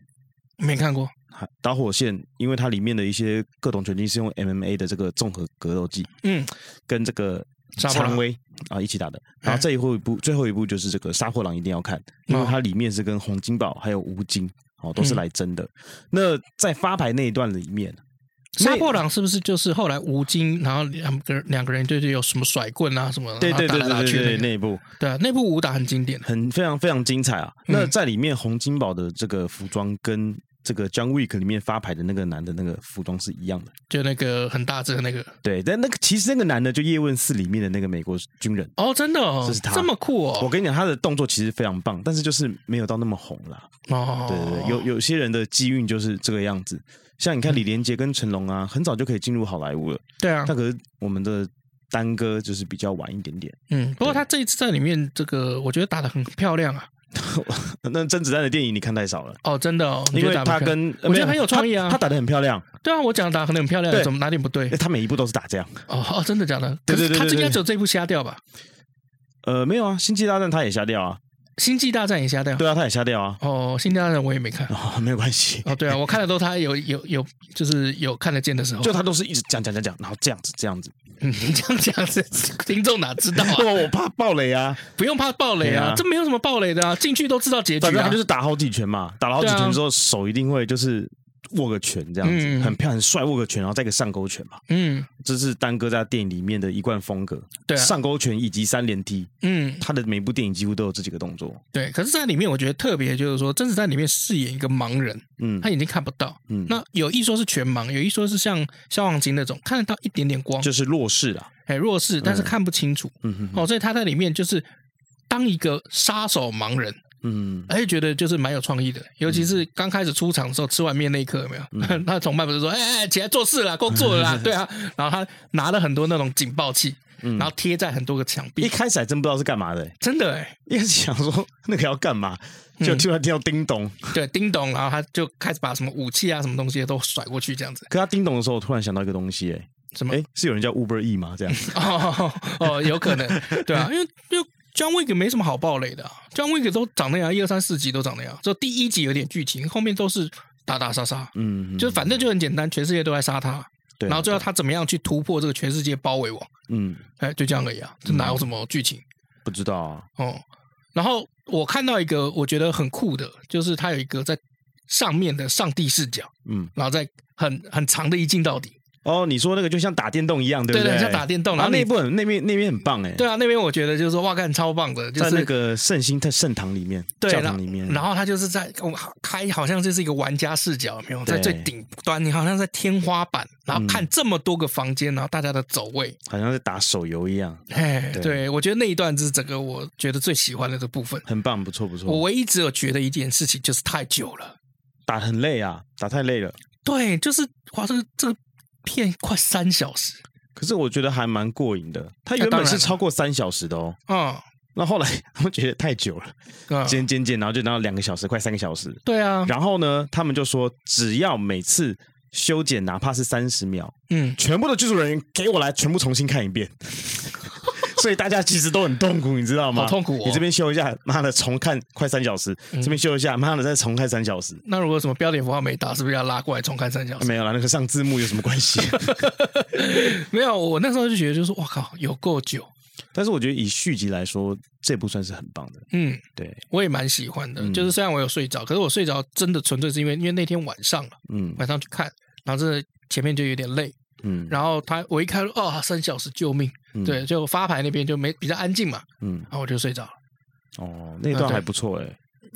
Speaker 1: 没看过？
Speaker 2: 还导火线，因为它里面的一些各种拳击是用 MMA 的这个综合格斗技
Speaker 1: 嗯，
Speaker 2: 跟这个
Speaker 1: 杀破狼嗯
Speaker 2: 蔷薇啊一起打的。然后最后一部、最后一部就是这个杀破狼一定要看，因为它里面是跟洪金宝还有吴京哦都是来争的。那在发牌那一段里面，
Speaker 1: 嗯杀破狼是不是就是后来吴京，然后两个人两个人就是有什么甩棍啊什么，
Speaker 2: 对对对
Speaker 1: 然后打来
Speaker 2: 对
Speaker 1: 打去
Speaker 2: 对对，
Speaker 1: 那个
Speaker 2: 那一部
Speaker 1: 对啊，那部武打很经典的，
Speaker 2: 很非常非常精彩啊。
Speaker 1: 嗯
Speaker 2: 那在里面洪金宝的这个服装跟这个《John Wick》里面发牌的那个男的那个服装是一样的，
Speaker 1: 就那个很大只的那个。
Speaker 2: 对。但那个其实那个男的就叶问四里面的那个美国军人。
Speaker 1: 哦，真的哦，
Speaker 2: 这是他
Speaker 1: 这么酷哦！
Speaker 2: 我跟你讲，他的动作其实非常棒，但是就是没有到那么红啦。
Speaker 1: 哦，嗯
Speaker 2: 对对对，有有些人的机运就是这个样子。像你看李连杰跟成龙啊，很早就可以进入好莱坞了，
Speaker 1: 对啊
Speaker 2: 但，可是我们的丹哥就是比较晚一点 点。
Speaker 1: 嗯，不过他这一次在里面这个，我觉得打的很漂亮啊。
Speaker 2: 那甄子丹的电影你看太少了，
Speaker 1: 哦，真的哦，你
Speaker 2: 因
Speaker 1: 觉
Speaker 2: 为
Speaker 1: 得打得
Speaker 2: 他
Speaker 1: 漂亮
Speaker 2: 跟呃
Speaker 1: 我觉
Speaker 2: 没
Speaker 1: 得
Speaker 2: 有
Speaker 1: 很有创意啊哎
Speaker 2: 他他打的很漂亮，
Speaker 1: 对啊，我讲打得很漂亮，
Speaker 2: 对
Speaker 1: 怎么哪点不对
Speaker 2: 诶？他每一部都是打这样。
Speaker 1: 哦哦，真的假的？
Speaker 2: 对
Speaker 1: 可
Speaker 2: 对
Speaker 1: 是
Speaker 2: 对
Speaker 1: 他
Speaker 2: 对
Speaker 1: 这应
Speaker 2: 对
Speaker 1: 该
Speaker 2: 啊
Speaker 1: 只有这一部瞎掉吧？哦
Speaker 2: 呃，没有啊，《星际大战》他也瞎掉啊，
Speaker 1: 星际大战也瞎掉。
Speaker 2: 对啊，他也瞎掉啊，
Speaker 1: 哦，星际大战我也没看。
Speaker 2: 哦，没有关系，
Speaker 1: 哦， 对啊，我看的都他有有有，就是有看得见的时候。
Speaker 2: 就他都是一直讲讲讲讲，然后这样子这样子，
Speaker 1: 嗯 你这样讲是，听众哪知道啊？
Speaker 2: 哇，我怕爆雷啊，
Speaker 1: 不用怕暴雷
Speaker 2: 对
Speaker 1: 啊
Speaker 2: 啊，
Speaker 1: 这没有什么暴雷的啊，进去都知道结
Speaker 2: 反
Speaker 1: 局
Speaker 2: 正
Speaker 1: 啊
Speaker 2: 他就。是打好几拳嘛，打了好几拳之后，手一定会就是握个拳这样子，
Speaker 1: 嗯
Speaker 2: 很漂亮、很帅，握个拳，然后再一个上勾拳嘛，
Speaker 1: 嗯
Speaker 2: 这是丹哥在电影里面的一贯风格。
Speaker 1: 对啊
Speaker 2: 上勾拳以及三连踢，
Speaker 1: 嗯，
Speaker 2: 他的每部电影几乎都有这几个动作。
Speaker 1: 对。可是，在里面我觉得特别，就是说，甄子丹里面饰演一个盲人，
Speaker 2: 嗯
Speaker 1: 他眼睛看不到。
Speaker 2: 嗯，
Speaker 1: 那有一说是全盲，有一说是像消防金那种看得到一点点光，
Speaker 2: 就是弱势啦。
Speaker 1: 哎弱视，但是看不清楚。
Speaker 2: 嗯哼哼
Speaker 1: 哦，所以他在里面就是当一个杀手盲人，
Speaker 2: 嗯，
Speaker 1: 哎，觉得就是蛮有创意的。尤其是刚开始出场的时候，吃完面 那一刻，有没有？
Speaker 2: 嗯
Speaker 1: 他的同伴不是说：“哎哎，起来做事啦，工作了 啦。”对啊，然后他拿了很多那种警报器，然后贴在很多个墙
Speaker 2: 嗯一
Speaker 1: 壁，
Speaker 2: 开始还真不知道是干嘛的、欸
Speaker 1: 真的哎，
Speaker 2: 一开始想说那个要干嘛，
Speaker 1: 嗯
Speaker 2: 就突然听到叮咚。
Speaker 1: 对，叮咚，然后他就开始把什么武器啊、什么东西都甩过去，这样子。
Speaker 2: 可他叮咚的时候，我突然想到一个东西、哎，
Speaker 1: 什么
Speaker 2: 哎、是有人叫 Uber E 吗？这样，
Speaker 1: 哦哦，有可能， 对啊，因为因为 John Wick 没什么好暴雷的、啊、，John Wick 都长那样，一二三四集都长那样，就第一集有点剧情，后面都是打打杀杀，
Speaker 2: 嗯，嗯
Speaker 1: 就是反正就很简单，全世界都在杀他，
Speaker 2: 对啊，
Speaker 1: 然后最后他怎么样去突破这个全世界包围网，
Speaker 2: 嗯，
Speaker 1: 哎，就这样而已啊，这哪有什么剧情
Speaker 2: 不知道啊，
Speaker 1: 哦？然后我看到一个我觉得很酷的，就是他有一个在上面的上帝视角，
Speaker 2: 嗯，
Speaker 1: 然后在很很长的一镜到底，
Speaker 2: 哦，你说那个就像打电动一样，对不
Speaker 1: 对
Speaker 2: 对，
Speaker 1: 对，像打电动，
Speaker 2: 然
Speaker 1: 然
Speaker 2: 后
Speaker 1: 后
Speaker 2: 那
Speaker 1: 你
Speaker 2: 一部很那边那边很棒哎，
Speaker 1: 对啊，那边我觉得就是说，哇，干超棒的，就
Speaker 2: 在
Speaker 1: 是
Speaker 2: 那个圣心特圣堂里面，
Speaker 1: 对，
Speaker 2: 教
Speaker 1: 然后
Speaker 2: 堂里面，
Speaker 1: 然后他就是在我开，好像就是一个玩家视角，有没有
Speaker 2: 对嗯
Speaker 1: 在最顶端，你好像在天花板，然后看这么多个房间，然后大家的走位，
Speaker 2: 好像在打手游一样，
Speaker 1: 哎，
Speaker 2: 对
Speaker 1: 对我觉得那一段是整个我觉得最喜欢的这部分。
Speaker 2: 很棒，不错不
Speaker 1: 我
Speaker 2: 错。
Speaker 1: 唯一只有觉得一件事情就是太久了，
Speaker 2: 打很累啊，打太累了。
Speaker 1: 对，就是哇，这个这个片快三小时，
Speaker 2: 可是我觉得还蛮过瘾的，它原
Speaker 1: 那当
Speaker 2: 本
Speaker 1: 然
Speaker 2: 是
Speaker 1: 了
Speaker 2: 超过三小时的哦，
Speaker 1: 嗯
Speaker 2: 那后来 他们觉得太久了，
Speaker 1: 嗯，
Speaker 2: 剪剪剪，然后就拿到两个小时，快三个小时。
Speaker 1: 对啊，
Speaker 2: 然后呢，他们就说只要每次修剪哪怕是三十秒，
Speaker 1: 嗯，
Speaker 2: 全部的剧组人员给我来全部重新看一 遍。所以大家其实都很痛苦，你知道吗？
Speaker 1: 好痛苦哦嗯
Speaker 2: 你这边修一下，妈的重看快三小时；这边修一下，妈的再重看三小时。
Speaker 1: 那如果有什么标点符号没打，是不是要拉过来重看三小时？
Speaker 2: 没有啦，那个上字幕有什么关系？
Speaker 1: 没有，我那时候就觉得就是哇靠，有够久，
Speaker 2: 但是我觉得以续集来说，这部算是很棒的。
Speaker 1: 嗯，
Speaker 2: 对，
Speaker 1: 我也蛮喜欢的，
Speaker 2: 嗯
Speaker 1: 就是虽然我有睡着，可是我睡着真的纯粹是因为因为那天晚上了，
Speaker 2: 嗯
Speaker 1: 晚上去看，然后真的前面就有点累，
Speaker 2: 嗯
Speaker 1: 然后他我一看哦三小时救命，
Speaker 2: 嗯
Speaker 1: 对，就发牌那边就没比较安静嘛，
Speaker 2: 嗯
Speaker 1: 然后我就睡着了。
Speaker 2: 哦，那段还不错哎、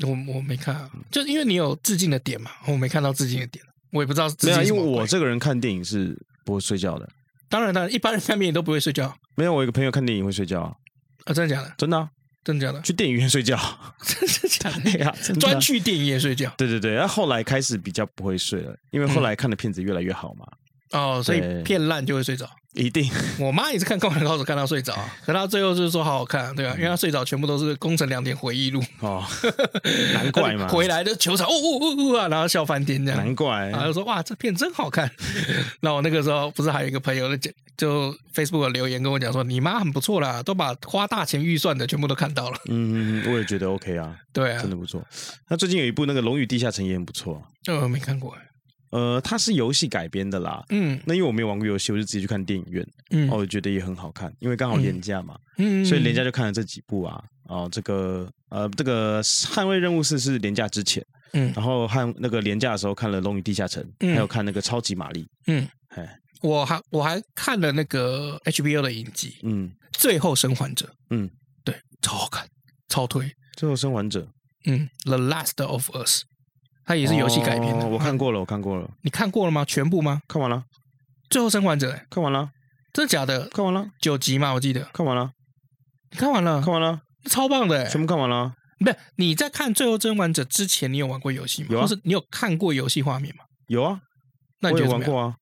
Speaker 1: 我我没看、啊，
Speaker 2: 嗯
Speaker 1: 就是因为你有致敬的点嘛，我没看到致敬的点，我也不知道致
Speaker 2: 没
Speaker 1: 敬
Speaker 2: 有，啊
Speaker 1: 什
Speaker 2: 因为
Speaker 1: 么鬼
Speaker 2: 我这个人看电影是不会睡觉的。
Speaker 1: 当然当然一般人看电影都不会睡觉啊、
Speaker 2: 没有，我有一个朋友看电影会睡觉啊，
Speaker 1: 真的假的？
Speaker 2: 真的啊、
Speaker 1: 真的假的？
Speaker 2: 去电影院睡觉。
Speaker 1: 蛋，
Speaker 2: 对呀 真的啊
Speaker 1: 专去电影院睡觉
Speaker 2: 对对对，那后来开始比较不会睡了，因为后
Speaker 1: 嗯
Speaker 2: 来看的片子越来越好嘛，
Speaker 1: 哦，所以
Speaker 2: 对
Speaker 1: 片烂就会睡着。
Speaker 2: 一定
Speaker 1: 我妈也是看《灌篮高手》看到睡着啊，可她最后就是说好好看啊，
Speaker 2: 嗯
Speaker 1: 对吧、因为她睡着全部都是《宫城良田回忆录》，
Speaker 2: 哦，难怪嘛，
Speaker 1: 回来就球场哦哦哦哦啊，然后笑翻天这样
Speaker 2: 难。怪
Speaker 1: 然后就说哇，这片真好看。 那我那个时候不是还有一个朋友就就 Facebook 留言跟我讲说，你妈很不错啦，都把花大钱预算的全部都看到了。
Speaker 2: 嗯，我也觉得 OK 啊，
Speaker 1: 对啊
Speaker 2: 真，的不错。那最近有一部那个《龙与地下城》也很不错，啊
Speaker 1: 呃，没看过欸。
Speaker 2: 呃，它是游戏改编的啦。
Speaker 1: 嗯
Speaker 2: 那因为我没有玩过游戏，我就直接去看电影院，
Speaker 1: 嗯
Speaker 2: 哦，我觉得也很好看，因为刚好廉价嘛，
Speaker 1: 嗯，
Speaker 2: 哦所以廉价就看了这几部啊，哦，这个呃，这个《捍卫任务四》是廉价之前，
Speaker 1: 嗯
Speaker 2: 然后和那个廉价的时候看了《龙与地下城》，
Speaker 1: 嗯
Speaker 2: 还有看那个《超级玛丽》，
Speaker 1: 嗯
Speaker 2: 哎，
Speaker 1: 我还我还看了那个 HBO 的影集《
Speaker 2: 嗯，
Speaker 1: 最后生还者》，
Speaker 2: 嗯，
Speaker 1: 对，超好看，超推，
Speaker 2: 最后生还者
Speaker 1: 嗯，《The Last of Us》，它也是游戏改编的、啊
Speaker 2: 哦我看过了，我看过了，
Speaker 1: 你看过了吗？全部吗？
Speaker 2: 看完了，
Speaker 1: 《最后生还者》欸
Speaker 2: 看完了，
Speaker 1: 真的假的？
Speaker 2: 看完了，
Speaker 1: 九集嘛，我记得
Speaker 2: 看完了，
Speaker 1: 你看完了，
Speaker 2: 看完了，
Speaker 1: 超棒的、欸，
Speaker 2: 全部看完了。
Speaker 1: 不是你在看《最后生还者》之前，你有玩过游戏吗？
Speaker 2: 有啊
Speaker 1: 或是你有看过游戏画面吗？
Speaker 2: 有啊，
Speaker 1: 那你
Speaker 2: 我
Speaker 1: 觉
Speaker 2: 也
Speaker 1: 得
Speaker 2: 玩
Speaker 1: 怎么
Speaker 2: 过啊。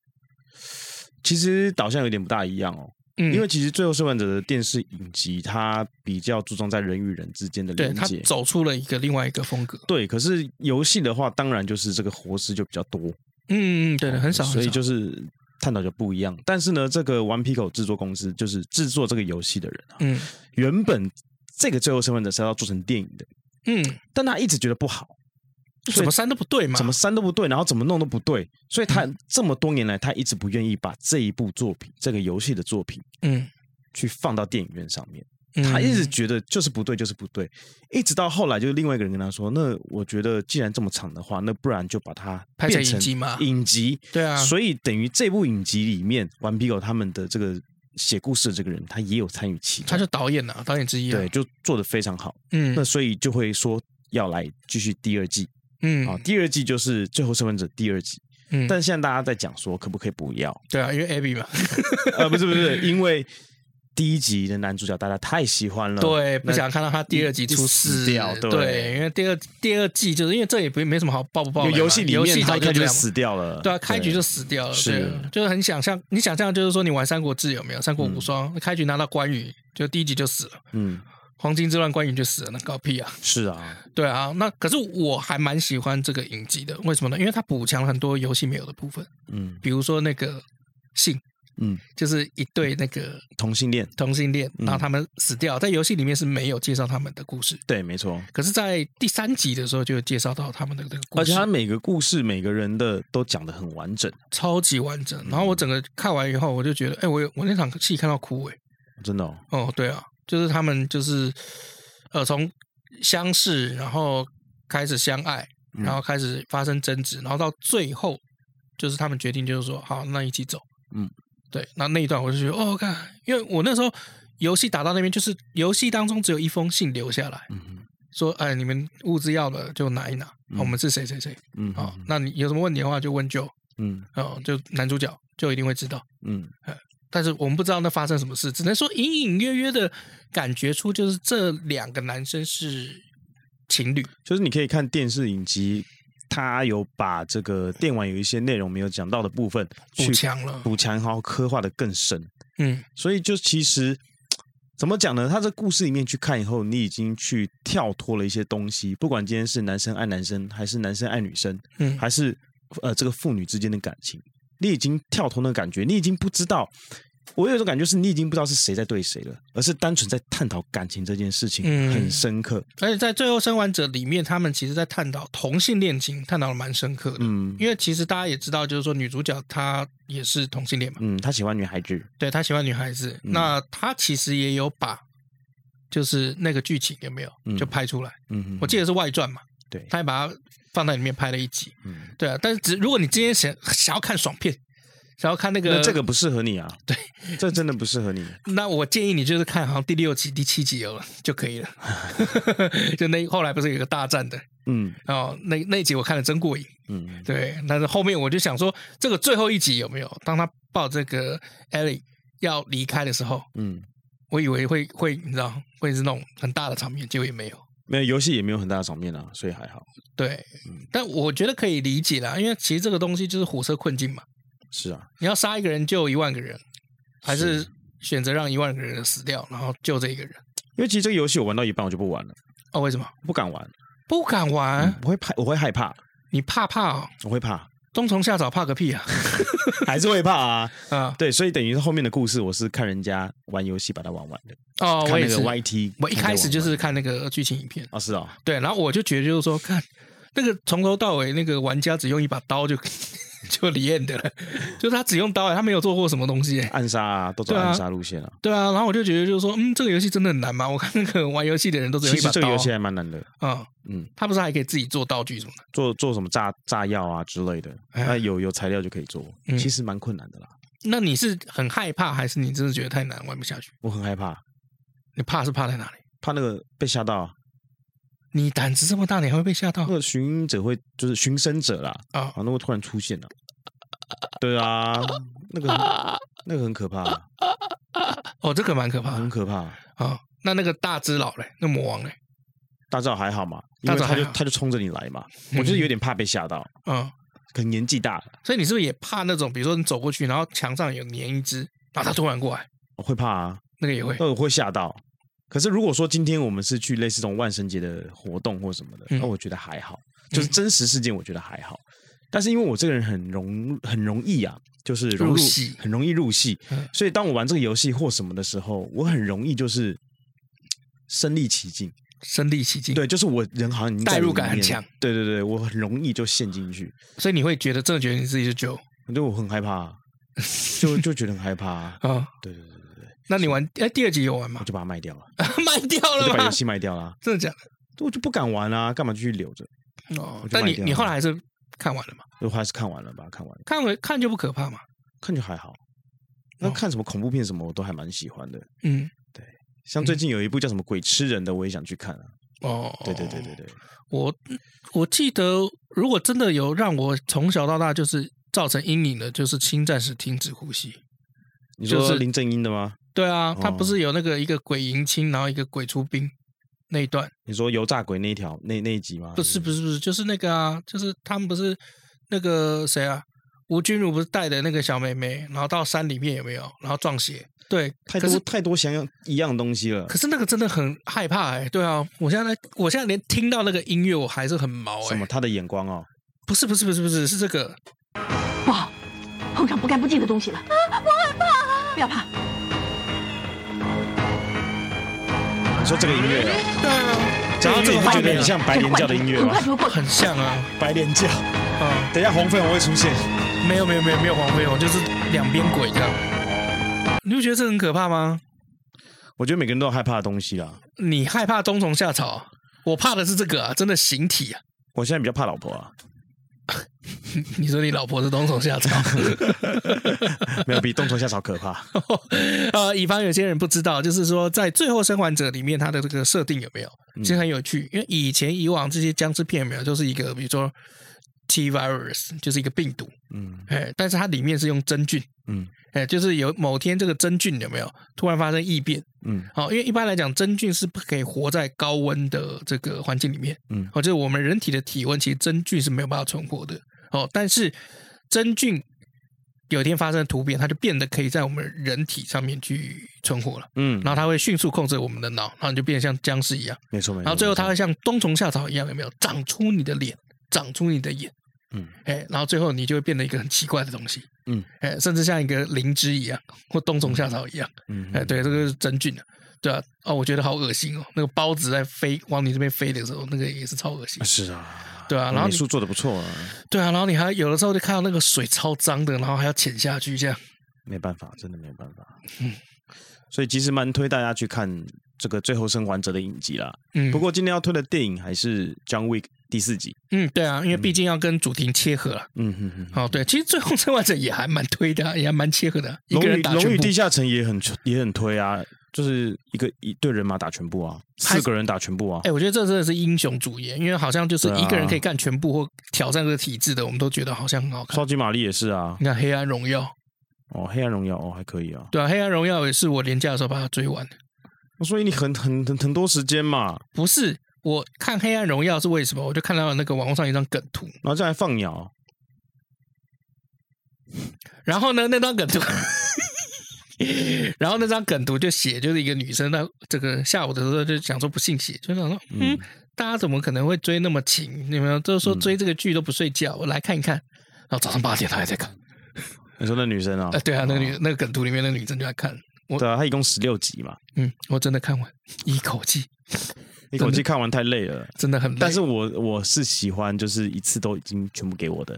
Speaker 2: 其实导向有点不大一样哦，
Speaker 1: 样？嗯，
Speaker 2: 因为其实《最后生还者》的电视影集，它比较注重在人与人之间的
Speaker 1: 对
Speaker 2: 连
Speaker 1: 他
Speaker 2: 接。
Speaker 1: 走出了一个另外一个风格。
Speaker 2: 对，可是游戏的话，当然就是这个活尸就比较多，
Speaker 1: 嗯，嗯，对的，很少，
Speaker 2: 哦所以
Speaker 1: 很少
Speaker 2: 就是探讨就不一样。但是呢，这个 One Pico 制作公司就是制作这个游戏的人啊，
Speaker 1: 嗯
Speaker 2: 原本这个《最后生还者》是要做成电影的，
Speaker 1: 嗯，
Speaker 2: 但他一直觉得不好，所以
Speaker 1: 怎么删都不对嘛，嗯
Speaker 2: 怎么删都不对，然后怎么弄都不对，所以他这么多年来，他一直不愿意把这一部作品，这个游戏的作品，
Speaker 1: 嗯？
Speaker 2: 去放到电影院上面。
Speaker 1: 嗯，
Speaker 2: 他一直觉得就是不对，就是不对，一直到后来就是另外一个人跟他说：“那我觉得既然这么长的话，那不然就把它
Speaker 1: 拍成
Speaker 2: 变成
Speaker 1: 影集嘛
Speaker 2: 影集。
Speaker 1: 对啊，
Speaker 2: 所以等于这部影集里面，顽皮狗他们的这个写故事的这个人，他也有参与其中，
Speaker 1: 他是导演啊，导演之一啊。
Speaker 2: 对，，就做的非常好。
Speaker 1: 嗯
Speaker 2: 那所以就会说要来继续第二季
Speaker 1: 嗯
Speaker 2: 啊，第二季就是《最后生还者》第二季。
Speaker 1: 嗯，
Speaker 2: 但现在大家在讲说可不可以不 要？
Speaker 1: 对啊，因为 Abby 嘛，
Speaker 2: 呃，不是不是，因为第一集的男主角大家太喜欢了，
Speaker 1: 对，
Speaker 2: 嗯
Speaker 1: 不
Speaker 2: 那
Speaker 1: 想看到他第二集出
Speaker 2: 死
Speaker 1: 事
Speaker 2: 掉对
Speaker 1: 对，因为第二第二季就是因为这也不没什么好爆不爆
Speaker 2: 有
Speaker 1: 雷嘛，
Speaker 2: 游戏里
Speaker 1: 游
Speaker 2: 面
Speaker 1: 戏
Speaker 2: 他
Speaker 1: 早
Speaker 2: 一开始
Speaker 1: 这
Speaker 2: 就
Speaker 1: 样嘛
Speaker 2: 死掉了，
Speaker 1: 对啊，开局就死掉了，
Speaker 2: 是
Speaker 1: 对啊，就是很想象，你想象就是说你玩《三国志》有没有？《三国无双》开局拿到关羽，就第一集就死了，
Speaker 2: 嗯，
Speaker 1: 黄金之乱关羽就死了，那搞屁啊！
Speaker 2: 是啊，
Speaker 1: 对啊，那可是我还蛮喜欢这个影集的，为什么呢？因为它补强了很多游戏没有的部分，
Speaker 2: 嗯
Speaker 1: 比如说那个性，
Speaker 2: 嗯，
Speaker 1: 就是一对那个
Speaker 2: 同性恋，
Speaker 1: 同性恋，
Speaker 2: 嗯
Speaker 1: 然后他们死掉，在游戏里面是没有介绍他们的故事，
Speaker 2: 对，没错。
Speaker 1: 可是，在第三集的时候就有介绍到他们的这个故事，
Speaker 2: 而且他每个故事每个人的都讲的很完整，
Speaker 1: 超级完整。然后我整个看完以后，我就觉得，哎、我有我那场戏看到哭、哎，
Speaker 2: 真的、哦，
Speaker 1: 哦，对啊，就是他们就是呃从相识，然后开始相爱，
Speaker 2: 嗯
Speaker 1: 然后开始发生争执，然后到最后就是他们决定就是说好，那一起走。
Speaker 2: 嗯，
Speaker 1: 对，那那一段我就觉得哦，看，因为我那时候游戏打到那边，就是游戏当中只有一封信留下来，
Speaker 2: 嗯
Speaker 1: 说哎，你们物资要了就拿一拿，我们是谁谁谁
Speaker 2: 嗯
Speaker 1: 啊、哦那你有什么问题的话就问舅，
Speaker 2: 嗯
Speaker 1: 哦，就男主角就一定会知道。
Speaker 2: 嗯
Speaker 1: 但是我们不知道那发生什么事，只能说隐隐约约的感觉出，就是这两个男生是情侣。
Speaker 2: 就是你可以看电视影集，它有把这个电玩有一些内容没有讲到的部分去
Speaker 1: 补强了
Speaker 2: 补强，然后刻画的更深。
Speaker 1: 嗯
Speaker 2: 所以就其实怎么讲呢？他这故事里面去看以后，你已经去跳脱了一些东西，不管今天是男生爱男生，还是男生爱女生，
Speaker 1: 嗯，
Speaker 2: 还是呃这个父女之间的感情，你已经跳脱那个感觉，你已经不知道。我有一种感觉是你已经不知道是谁在对谁了，而是单纯在探讨感情这件事情，
Speaker 1: 嗯
Speaker 2: 很深刻。
Speaker 1: 而且在《最后生还者》里面，他们其实在探讨同性恋情，探讨的蛮深刻的。
Speaker 2: 嗯
Speaker 1: 因为其实大家也知道，就是说女主角她也是同性恋嘛，
Speaker 2: 嗯，他喜欢女孩子，
Speaker 1: 对她喜欢女孩子，
Speaker 2: 嗯
Speaker 1: 那她其实也有把就是那个剧情有没有
Speaker 2: 嗯
Speaker 1: 就拍出来？
Speaker 2: 嗯，
Speaker 1: 我记得是外传嘛，
Speaker 2: 对，
Speaker 1: 她也把它放在里面拍了一集。
Speaker 2: 嗯，
Speaker 1: 对啊，但是只如果你今天想想要看爽片，想要看那个
Speaker 2: 那这个不适合你啊，
Speaker 1: 对，
Speaker 2: 这真的不适合 你。
Speaker 1: 那我建议你就是看好像第六集、第七集有了就可以 了。 就那后来不是有一个大战的
Speaker 2: 嗯
Speaker 1: 哦，那那一集我看了真过瘾。
Speaker 2: 嗯
Speaker 1: 对，但是后面我就想说，这个最后一集有没有？当他抱这个 Ellie 要离开的时候，
Speaker 2: 嗯
Speaker 1: 我以为会会你知道会是那种很大的场面，结果也没有。
Speaker 2: 没有游戏也没有很大的场面啊，所以还好。
Speaker 1: 对，
Speaker 2: 嗯
Speaker 1: 但我觉得可以理解啦，因为其实这个东西就是虎车困境嘛，
Speaker 2: 是啊，
Speaker 1: 你要杀一个人救一万个人，还是
Speaker 2: 是
Speaker 1: 选择让一万个人死掉，然后救这一个人？
Speaker 2: 因为其实这个游戏我玩到一半我就不玩了，
Speaker 1: 哦，为什么
Speaker 2: 不敢玩，嗯
Speaker 1: 不敢玩？
Speaker 2: 我会怕，我会害怕，
Speaker 1: 你怕怕哦，
Speaker 2: 我会怕，
Speaker 1: 冬虫夏草怕 个屁啊！
Speaker 2: 还是会怕啊。
Speaker 1: 啊
Speaker 2: 对，所以等于是后面的故事，我是看人家玩游戏把它玩完的。
Speaker 1: 哦，我
Speaker 2: 看
Speaker 1: 也
Speaker 2: 那
Speaker 1: 是
Speaker 2: 个，YT，
Speaker 1: 我一
Speaker 2: 看着
Speaker 1: 开始就
Speaker 2: 玩
Speaker 1: 是
Speaker 2: 完
Speaker 1: 看那个剧情影片，
Speaker 2: 啊，是啊，
Speaker 1: 对，然后我就觉得就是说，看那个从头到尾那个玩家只用一把刀就 就离 e n 了，就是他只用刀、欸，他没有做过什么东西、欸。
Speaker 2: 暗杀啊，都走
Speaker 1: 对啊
Speaker 2: 暗杀路线啊。
Speaker 1: 对啊，然后我就觉得就是说，嗯，这个游戏真的很难吗？我看那个玩游戏的人都只用
Speaker 2: 其
Speaker 1: 一
Speaker 2: 实
Speaker 1: 把
Speaker 2: 这个
Speaker 1: 刀
Speaker 2: 游，戏还蛮难的，
Speaker 1: 嗯，
Speaker 2: 嗯，
Speaker 1: 他不是还可以自己做道具什么的？
Speaker 2: 做做什么炸炸药啊之类的，
Speaker 1: 哎
Speaker 2: 那有有材料就可以做，
Speaker 1: 嗯
Speaker 2: 其实蛮困难的啦。
Speaker 1: 那你是很害怕，还是你真的觉得太难玩不下去？
Speaker 2: 我很害怕，
Speaker 1: 你怕是怕在哪里？
Speaker 2: 怕那个被吓
Speaker 1: 哦
Speaker 2: 到，
Speaker 1: 你胆子这么大，你还会被吓到
Speaker 2: 那个寻音者会就是寻声者啦，
Speaker 1: 啊
Speaker 2: 啊，？那会突然出现了。对啊，那 个很那个很可怕，
Speaker 1: 哦，这个蛮可怕的
Speaker 2: 很可怕。
Speaker 1: 啊。那那个大只佬嘞，那魔王嘞，
Speaker 2: 大赵还好嘛，因
Speaker 1: 大
Speaker 2: 为
Speaker 1: 赵
Speaker 2: 他
Speaker 1: 还
Speaker 2: 就
Speaker 1: 好
Speaker 2: 他就冲着你来嘛，我就是有点怕被吓到，
Speaker 1: 嗯，
Speaker 2: 可能年纪大了，
Speaker 1: 所以你是不是也怕那种，比如说你走过去，然后墙上有粘一只，然后他突然过来，
Speaker 2: 我会怕啊。
Speaker 1: 那个也会
Speaker 2: 那我会吓到。可是如果说今天我们是去类似这种万圣节的活动或什么的，
Speaker 1: 嗯
Speaker 2: 那我觉得还好，就是
Speaker 1: 嗯
Speaker 2: 真实事件我觉得还好。但是因为我这个人很容很容易啊，就是融
Speaker 1: 入
Speaker 2: 入
Speaker 1: 戏
Speaker 2: 很容易入戏
Speaker 1: 嗯，
Speaker 2: 所以当我玩这个游戏或什么的时候，我很容易就是嘖身临其境。
Speaker 1: 身临其境。，
Speaker 2: 对，就是我人好像已经在
Speaker 1: 嗯代入
Speaker 2: 里
Speaker 1: 感很
Speaker 2: 面
Speaker 1: 强。
Speaker 2: 对对对，我很容易就陷进去，
Speaker 1: 所以你会觉得真的觉得你自己是九
Speaker 2: 我就我很害怕 啊，就就觉得很害怕啊。
Speaker 1: 啊？
Speaker 2: 对对对对对，
Speaker 1: 那你玩哎第二集有玩
Speaker 2: 我
Speaker 1: 吗？
Speaker 2: 就把它卖掉了，
Speaker 1: 卖掉
Speaker 2: 我就
Speaker 1: 了
Speaker 2: 把游
Speaker 1: 吗？
Speaker 2: 戏卖掉了，
Speaker 1: 真的假
Speaker 2: 我就不敢玩啊，干嘛继续留着？
Speaker 1: 的？哦
Speaker 2: 我，就
Speaker 1: 但
Speaker 2: 卖
Speaker 1: 你
Speaker 2: 掉
Speaker 1: 你后
Speaker 2: 了
Speaker 1: 来还是看完了嘛？
Speaker 2: 我还是看完了，把它看完了，
Speaker 1: 看完看就不可怕嘛？
Speaker 2: 看就还好。那
Speaker 1: 哦
Speaker 2: 看什么恐怖片什么，我都还蛮喜欢的。
Speaker 1: 嗯，
Speaker 2: 像最近有一部叫什么《鬼吃人》的，我也想去看啊。
Speaker 1: 哦，
Speaker 2: 对对对对，对，
Speaker 1: 我我记得如果真的有让我从小到大就是造成阴影的，就是《侵占时停止呼吸》。
Speaker 2: 你
Speaker 1: 就
Speaker 2: 说
Speaker 1: 是
Speaker 2: 林正英的吗？
Speaker 1: 对啊，他
Speaker 2: 哦
Speaker 1: 不是有那个一个鬼迎亲，然后一个鬼出兵那一段？
Speaker 2: 你说油炸鬼那一条那那一集吗？
Speaker 1: 不是不是不是，就是那个啊，就是他们不是那个谁啊，吴君如不是带的那个小妹妹，然后到山里面有没有？然后撞邪。对，
Speaker 2: 太
Speaker 1: 可
Speaker 2: 多
Speaker 1: 是
Speaker 2: 太多想要一样东西了
Speaker 1: 可。是那个真的很害怕哎、对啊，我现在我现在连听到那个音乐我还是很毛
Speaker 2: 什
Speaker 1: 哎、
Speaker 2: 么？他的眼光哦，
Speaker 1: 不是不是不是不是是这个，
Speaker 4: 不好，碰上不干不净的东西了。啊，我很怕。不要怕，
Speaker 2: 你说这个音乐哦，
Speaker 1: 对啊，
Speaker 2: 这
Speaker 1: 然后
Speaker 2: 个
Speaker 1: 这
Speaker 2: 音乐你
Speaker 1: 个
Speaker 2: 不
Speaker 1: 画
Speaker 2: 觉得很
Speaker 1: 面啊
Speaker 2: 像白
Speaker 4: 这个
Speaker 2: 莲
Speaker 4: 幻
Speaker 2: 教的
Speaker 4: 觉
Speaker 2: 音乐
Speaker 4: 很
Speaker 2: 吗
Speaker 4: 快？就会过去。
Speaker 1: 很像啊，
Speaker 2: 白莲教，
Speaker 1: 嗯，
Speaker 2: 等一下红粉红会出现。
Speaker 1: 没有没有没有没有黄飞鸿，就是两边鬼这样，你不觉得这很可怕吗？
Speaker 2: 我觉得每个人都有害怕的东西啦。
Speaker 1: 你害怕冬虫夏草，我怕的是这个啊，真的形体啊！
Speaker 2: 我现在比较怕老婆啊，
Speaker 1: 你说你老婆是冬虫夏草，
Speaker 2: 没有比冬虫夏草可怕。
Speaker 1: 呃，以防有些人不知道，就是说在《最后生还者》里面，它的这个设定有没有，其实很有趣，因为以前以往这些僵尸片有没有，就是一个比如说 T virus，就是一个病毒，
Speaker 2: 嗯
Speaker 1: 哎，但是它里面是用真菌，
Speaker 2: 嗯
Speaker 1: 哎，就是有某天这个真菌有没有突然发生异变，
Speaker 2: 嗯
Speaker 1: 哦，因为一般来讲，真菌是不可以活在高温的这个环境里面。
Speaker 2: 嗯
Speaker 1: 哦，就是我们人体的体温，其实真菌是没有办法存活的。哦，但是真菌有一天发生突变，它就变得可以在我们人体上面去存活了。
Speaker 2: 嗯，
Speaker 1: 然后它会迅速控制我们的脑，然后你就变得像僵尸一样。
Speaker 2: 没错没错。
Speaker 1: 然后最后它
Speaker 2: 没
Speaker 1: 会
Speaker 2: 错
Speaker 1: 像冬虫夏草一样，有没有长出你的脸，长出你的眼？
Speaker 2: 嗯，
Speaker 1: 哎，然后最后你就会变得一个很奇怪的东西。
Speaker 2: 嗯，
Speaker 1: 哎，甚至像一个灵芝一样，或冬虫夏草一样。
Speaker 2: 嗯
Speaker 1: 哎，对，这个是真菌的，对啊，哦，我觉得好恶心哦，那个孢子在飞往你这边飞的时候，那个也是超恶心
Speaker 2: 啊，是啊，
Speaker 1: 对啊，然后
Speaker 2: 美
Speaker 1: 你
Speaker 2: 术做的不错啊，
Speaker 1: 对啊，然后你还有的时候就看到那个水超脏的，然后还要潜下去这样，
Speaker 2: 没办法，真的没办法。
Speaker 1: 嗯
Speaker 2: 所以其实蛮推大家去看这个《最后生还者》的影集啦。
Speaker 1: 嗯，
Speaker 2: 不过今天要推的电影还是《John Wick》第四集。
Speaker 1: 嗯，对啊，因为毕竟要跟主题切合了，
Speaker 2: 嗯哼哼。
Speaker 1: 哦，对，其实最后生还者也还蛮推的啊，也还蛮切合的啊，一
Speaker 2: 龙
Speaker 1: 个人
Speaker 2: 与
Speaker 1: 打
Speaker 2: 龙
Speaker 1: 全
Speaker 2: 与
Speaker 1: 部
Speaker 2: 地，下城也很也很推啊，就是一个一队人马打全部啊，
Speaker 1: 还
Speaker 2: 四个人打全部啊
Speaker 1: 哎，。我觉得这真的是英雄主义，因为好像就是
Speaker 2: 对啊
Speaker 1: 一个人可以干全部或挑战这个体制的，我们都觉得好像很好看
Speaker 2: 超。级玛丽也是啊，
Speaker 1: 你看《黑暗荣耀》，
Speaker 2: 哦，黑暗荣耀哦还可以啊，
Speaker 1: 对啊，《黑暗荣耀》也是我廉价的时候把它追完的。
Speaker 2: 所以你很很很很多时间嘛，
Speaker 1: 不是，我看《黑暗荣耀》是为什么？我就看到了那个网络上一张梗图，
Speaker 2: 然后再来放鸟，
Speaker 1: 然后呢，那张梗图，然后那张梗图就写就是一个女生，她这个下午的时候就想说不信邪，就想说，嗯，大家怎么可能会追那么勤？你们都
Speaker 2: 嗯
Speaker 1: 说追这个剧都不睡觉，我来看一看。然后早上八点她还在看，
Speaker 2: 你说那女生啊
Speaker 1: 啊，，对啊，那个女那个梗图里面那个女生就在看，
Speaker 2: 对啊，她一共十六集嘛，
Speaker 1: 嗯，我真的看完一口气，
Speaker 2: 一口气看完太累了。
Speaker 1: 真的很累，
Speaker 2: 但是我我是喜欢，就是一次都已经全部给我的，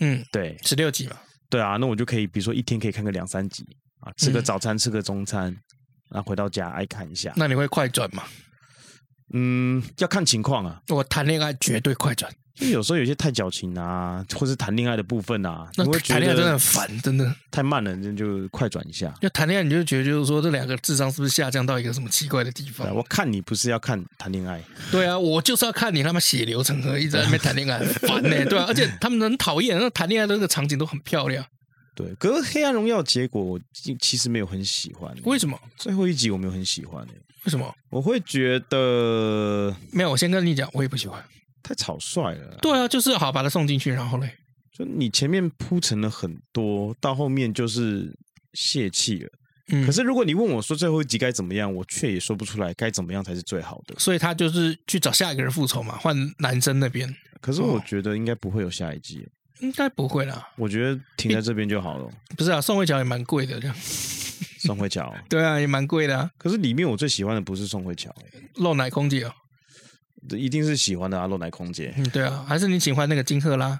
Speaker 1: 嗯，
Speaker 2: 对
Speaker 1: 十六集嘛，
Speaker 2: 对啊，那我就可以，比如说一天可以看个两三集啊，吃个
Speaker 1: 嗯
Speaker 2: 早餐，吃个中餐，然后回到家爱看一下。
Speaker 1: 那你会快转吗？
Speaker 2: 嗯，要看情况啊，
Speaker 1: 我谈恋爱绝对快转，
Speaker 2: 就有时候有些太矫情啊，或是谈恋爱的部分啊，
Speaker 1: 那
Speaker 2: 你会觉
Speaker 1: 谈恋爱真的很
Speaker 2: 得
Speaker 1: 烦，真的。哦
Speaker 2: 太慢了，你就快转一下。
Speaker 1: 就谈恋爱，你就觉得就是说这两个智商是不是下降到一个什么奇怪的地
Speaker 2: 对啊
Speaker 1: 方？
Speaker 2: 我看你不是要看谈恋爱，
Speaker 1: 对啊，我就是要看你他妈血流成河，一直在那边谈恋爱，很烦呢、对啊，而且他们很讨厌，那谈恋爱的那个场景都很漂亮，
Speaker 2: 对。可是《黑暗荣耀》结果我其其实没有很喜欢，
Speaker 1: 为什么？
Speaker 2: 最后一集我没有很喜欢、
Speaker 1: 为什么？
Speaker 2: 我会觉得
Speaker 1: 没有，我先跟你讲，我也不喜欢。
Speaker 2: 太草率了。
Speaker 1: 对啊，就是好把他送进去，然后嘞，
Speaker 2: 就你前面铺陈了很多，到后面就是泄气了。
Speaker 1: 嗯，
Speaker 2: 可是如果你问我说最后一集该怎么样，我却也说不出来该怎么样才是最好的。
Speaker 1: 所以他就是去找下一个人复仇嘛，换男生那边
Speaker 2: 可是我
Speaker 1: 哦
Speaker 2: 觉得应该不会有下一季，
Speaker 1: 应该不会啦，
Speaker 2: 我觉得停在这边就好了。
Speaker 1: 不是啊，宋慧乔也蛮贵的，这样
Speaker 2: 宋慧 乔，
Speaker 1: 对啊，也蛮贵的啊，
Speaker 2: 可是里面我最喜欢的不是宋慧乔、欸
Speaker 1: 露奶空姐哦，
Speaker 2: 这一定是喜欢的阿洛奶空姐。
Speaker 1: 嗯，对啊，还是你喜欢那个金赫拉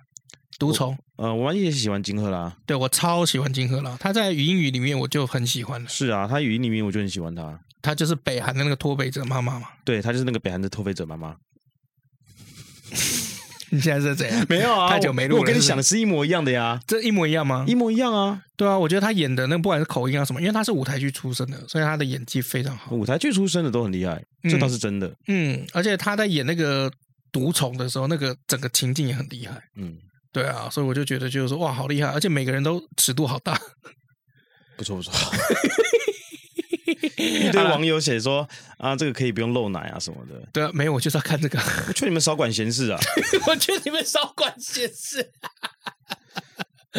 Speaker 1: 毒虫？
Speaker 2: 呃，我也喜欢金赫拉，
Speaker 1: 对我超喜欢金赫拉，他在语音语里面我就很喜欢了。
Speaker 2: 是啊，她语音里面我就很喜欢她。
Speaker 1: 他就是北韩的那个脱北者妈妈嘛。
Speaker 2: 对，她就是那个北韩的偷飞者妈妈。
Speaker 1: 你现在是怎样？
Speaker 2: 没有啊，
Speaker 1: 太久没录
Speaker 2: 我
Speaker 1: 了
Speaker 2: 我跟你
Speaker 1: 是不是
Speaker 2: 想的是一模一样的呀，
Speaker 1: 这一模一样吗
Speaker 2: 一？模一样啊。
Speaker 1: 对啊，我觉得他演的那个不管是口音啊什么，因为他是舞台剧出身的，所以他的演技非常好。
Speaker 2: 舞台剧出身的都很厉害，这倒是真的。
Speaker 1: 嗯，而且他在演那个毒虫的时候，那个整个情境也很厉害。
Speaker 2: 嗯，
Speaker 1: 对啊，所以我就觉得就是说哇，好厉害！而且每个人都尺度好大。
Speaker 2: 不错不错。一堆网友写说啊，这个可以不用露奶啊什么的，
Speaker 1: 对啊，没有，我就是要看这个。
Speaker 2: 我劝你们少管闲事啊！
Speaker 1: 我觉得你们少管闲事。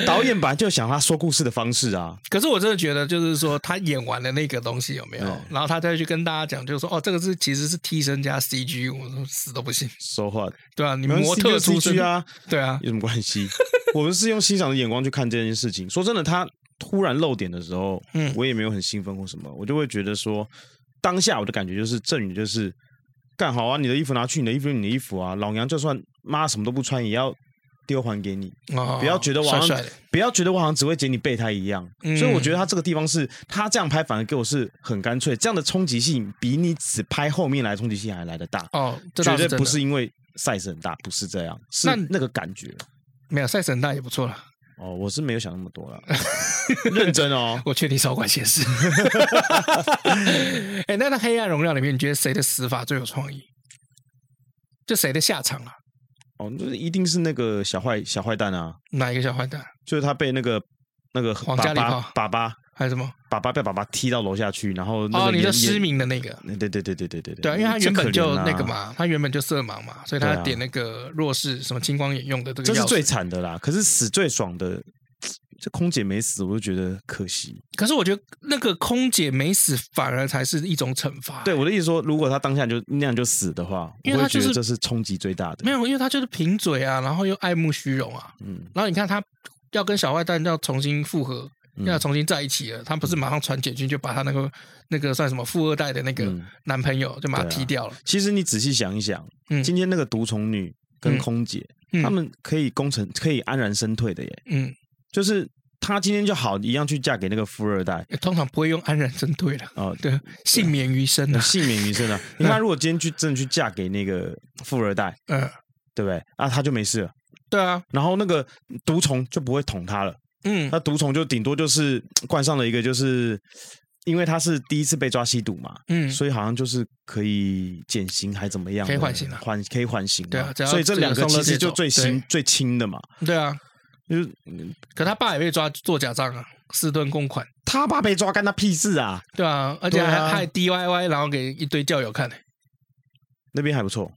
Speaker 2: 导演本来就想他说故事的方式啊，
Speaker 1: 可是我真的觉得，就是说他演完了那个东西有没有
Speaker 2: 嗯？
Speaker 1: 然后他再去跟大家讲，就是说哦，这个是其实是替身加 CG，我说死都不信。
Speaker 2: 说话
Speaker 1: 对啊，你
Speaker 2: 你
Speaker 1: 模特出身
Speaker 2: CG，啊，
Speaker 1: 对 啊，
Speaker 2: 有什么关系？我们是用欣赏的眼光去看这件事情。说真的，他突然露点的时候，
Speaker 1: 嗯
Speaker 2: 我也没有很兴奋或什么，我就会觉得说，当下我的感觉就是郑宇就是干好啊，你的衣服拿去，你的衣服你的衣服啊，老娘就算妈什么都不穿也要丢还给你。
Speaker 1: 哦
Speaker 2: 不要觉得我
Speaker 1: 帅
Speaker 2: 好像
Speaker 1: 帅的，
Speaker 2: 不要觉得我好像只会剪你备胎一样。
Speaker 1: 嗯
Speaker 2: 所以我觉得他这个地方是他这样拍，反而给我是很干脆，这样的冲击性比你只拍后面来的冲击性还来得大。
Speaker 1: 哦，这倒
Speaker 2: 绝对
Speaker 1: 真的
Speaker 2: 不是因为 size 很大，不是这样，是
Speaker 1: 那
Speaker 2: 那个感觉。
Speaker 1: 没有赛神大也不错了。
Speaker 2: 哦，我是没有想那么 多了，认真哦。
Speaker 1: 我确定少管 闲事。哎，那那《黑暗荣耀》里面，你觉得谁的死法最有创意？就谁的下场啊？
Speaker 2: 哦，就是一定是那个小坏小坏蛋啊，
Speaker 1: 哪一个小坏蛋？
Speaker 2: 就是他被那个那个
Speaker 1: 皇
Speaker 2: 爸
Speaker 1: 家礼
Speaker 2: 爸
Speaker 1: 炮
Speaker 2: 爸爸
Speaker 1: 还有什么？
Speaker 2: 爸爸被爸爸踢到楼下去，然后那个
Speaker 1: 哦，你说
Speaker 2: 眼
Speaker 1: 失。明的那个。
Speaker 2: 眼对对对对对对对，
Speaker 1: 对啊，因为他原
Speaker 2: 这
Speaker 1: 本
Speaker 2: 可
Speaker 1: 就
Speaker 2: 怜啊
Speaker 1: 那个，嘛，他原本就色盲嘛，所以他
Speaker 2: 对啊
Speaker 1: 点那个弱视什么青光眼用的这个
Speaker 2: 这
Speaker 1: 药
Speaker 2: 是
Speaker 1: 水
Speaker 2: 最惨的啦。可是死最爽的，这空姐没死，我就觉得可惜。
Speaker 1: 可是我觉得那个空姐没死，反而才是一种惩罚。
Speaker 2: 对我的意思说，如果他当下就那样就死的话，
Speaker 1: 因为
Speaker 2: 我
Speaker 1: 他
Speaker 2: 会觉
Speaker 1: 就是
Speaker 2: 得这是冲击最大的。
Speaker 1: 没有，因为他就是贫嘴啊，然后又爱慕虚荣啊，
Speaker 2: 嗯，
Speaker 1: 然后你看他要跟小坏蛋要重新复合，
Speaker 2: 嗯
Speaker 1: 要重新在一起了，他不是马上传简讯就把他那个那个算什么富二代的那个
Speaker 2: 嗯
Speaker 1: 男朋友就把他
Speaker 2: 对啊
Speaker 1: 踢掉了。
Speaker 2: 其实你仔细想一想，
Speaker 1: 嗯
Speaker 2: 今天那个毒虫女跟
Speaker 1: 嗯
Speaker 2: 空姐，
Speaker 1: 嗯
Speaker 2: 他们可以功成，可以安然身退的耶。
Speaker 1: 嗯，
Speaker 2: 就是她今天就好一样去嫁给那个富二代
Speaker 1: 通常不会用安然针对了，
Speaker 2: 啊，
Speaker 1: 对，幸免于身
Speaker 2: 呃
Speaker 1: 的。
Speaker 2: 幸免于身 啊。你看，如果今天去真的去嫁给那个富二代，
Speaker 1: 嗯，
Speaker 2: 对不对？啊，她就没事了。
Speaker 1: 对啊，
Speaker 2: 然后那个毒虫就不会捅她了，
Speaker 1: 嗯
Speaker 2: 那毒虫就顶多就是冠上了一个，就是因为她是第一次被抓吸毒嘛，
Speaker 1: 嗯，
Speaker 2: 所以好像就是可以减刑还怎么样的？
Speaker 1: 可以缓刑啊
Speaker 2: 缓可以缓刑嘛。
Speaker 1: 对啊只要
Speaker 2: 所以这两
Speaker 1: 这
Speaker 2: 个
Speaker 1: 个送
Speaker 2: 其
Speaker 1: 乐
Speaker 2: 实
Speaker 1: 界
Speaker 2: 就
Speaker 1: 走
Speaker 2: 最轻最轻的嘛，
Speaker 1: 对啊，
Speaker 2: 就是嗯
Speaker 1: 可他爸也被抓做假账啊，私吞公款，
Speaker 2: 他爸被抓干他屁事啊！
Speaker 1: 对啊，而且还
Speaker 2: 对啊
Speaker 1: 还 DIY，然后给一堆教友看。
Speaker 2: 那边还不错，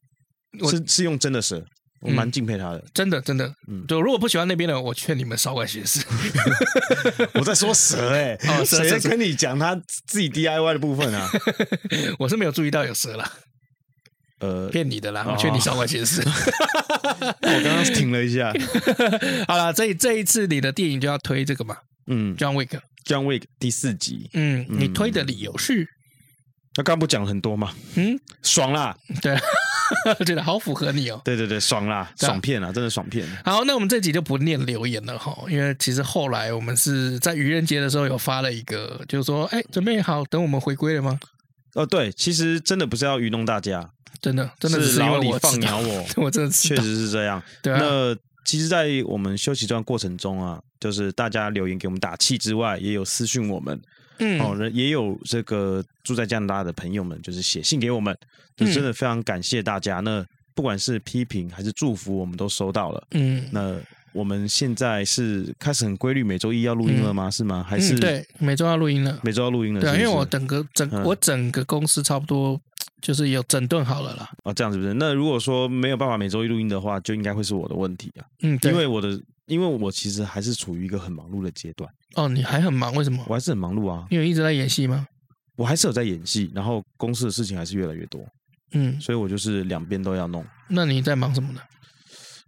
Speaker 1: 我嗯
Speaker 2: 是是用真的蛇，我蛮敬佩他的。
Speaker 1: 真的真的，
Speaker 2: 嗯
Speaker 1: 就如果不喜欢那边的，我劝你们少管闲事。
Speaker 2: 我在说蛇哎、欸，
Speaker 1: 哦蛇
Speaker 2: 谁
Speaker 1: 蛇
Speaker 2: 在
Speaker 1: 蛇
Speaker 2: 跟你讲他自己 DIY 的部分 啊？
Speaker 1: 我是没有注意到有蛇啦，
Speaker 2: 呃，
Speaker 1: 骗你的啦，
Speaker 2: 哦
Speaker 1: 我劝你少管闲事。
Speaker 2: 我刚刚停了一下，
Speaker 1: 好了，这这一次你的电影就要推这个嘛
Speaker 2: 嗯
Speaker 1: ，John Wick。
Speaker 2: ，John Wick 第四集，
Speaker 1: 嗯，你
Speaker 2: 嗯
Speaker 1: 推的理由是，
Speaker 2: 他刚不讲了很多嘛，
Speaker 1: 嗯，
Speaker 2: 爽啦，
Speaker 1: 对，啊觉得好符合你哦。
Speaker 2: 对对对，爽啦，
Speaker 1: 对啊
Speaker 2: 爽片啊，真的爽片。
Speaker 1: 好，那我们这集就不念留言了哈，因为其实后来我们是在愚人节的时候有发了一个，就是说，哎，准备好等我们回归了吗？
Speaker 2: 哦，对，其实真的不是要愚弄大家，
Speaker 1: 真的，真的只
Speaker 2: 是
Speaker 1: 是因
Speaker 2: 老
Speaker 1: 为
Speaker 2: 李
Speaker 1: 我
Speaker 2: 放
Speaker 1: 知
Speaker 2: 鸟
Speaker 1: 道，
Speaker 2: 我，
Speaker 1: 我真的知
Speaker 2: 确
Speaker 1: 道，
Speaker 2: 实是这样。
Speaker 1: 对啊
Speaker 2: 那其实，在我们休息这段过程中啊，就是大家留言给我们打气之外，也有私讯我们，
Speaker 1: 嗯，
Speaker 2: 哦，人也有这个住在加拿大的朋友们，就是写信给我们，
Speaker 1: 嗯
Speaker 2: 就真的非常感谢大家。那不管是批评还是祝福，我们都收到了。
Speaker 1: 嗯，
Speaker 2: 那我们现在是开始很规律，每周一要录音了吗？是吗？还是
Speaker 1: 嗯对，每周要录音了，
Speaker 2: 每周要录音了？
Speaker 1: 对啊，
Speaker 2: 是
Speaker 1: 因
Speaker 2: 不
Speaker 1: 为
Speaker 2: 是
Speaker 1: 我整个整、
Speaker 2: 嗯
Speaker 1: 我整个公司差不多就是有整顿好了啦，
Speaker 2: 哦这样是不是？那如果说没有办法每周一录音的话，就应该会是我的问题啊，
Speaker 1: 嗯，对
Speaker 2: 因为我的因为我其实还是处于一个很忙碌的阶段，
Speaker 1: 哦，你还很忙，为什么
Speaker 2: 我？还是很忙碌啊，
Speaker 1: 因为一直在演戏吗？
Speaker 2: 我还是有在演戏，然后公司的事情还是越来越多，
Speaker 1: 嗯，
Speaker 2: 所以我就是两边都要弄。
Speaker 1: 那你在忙什么呢？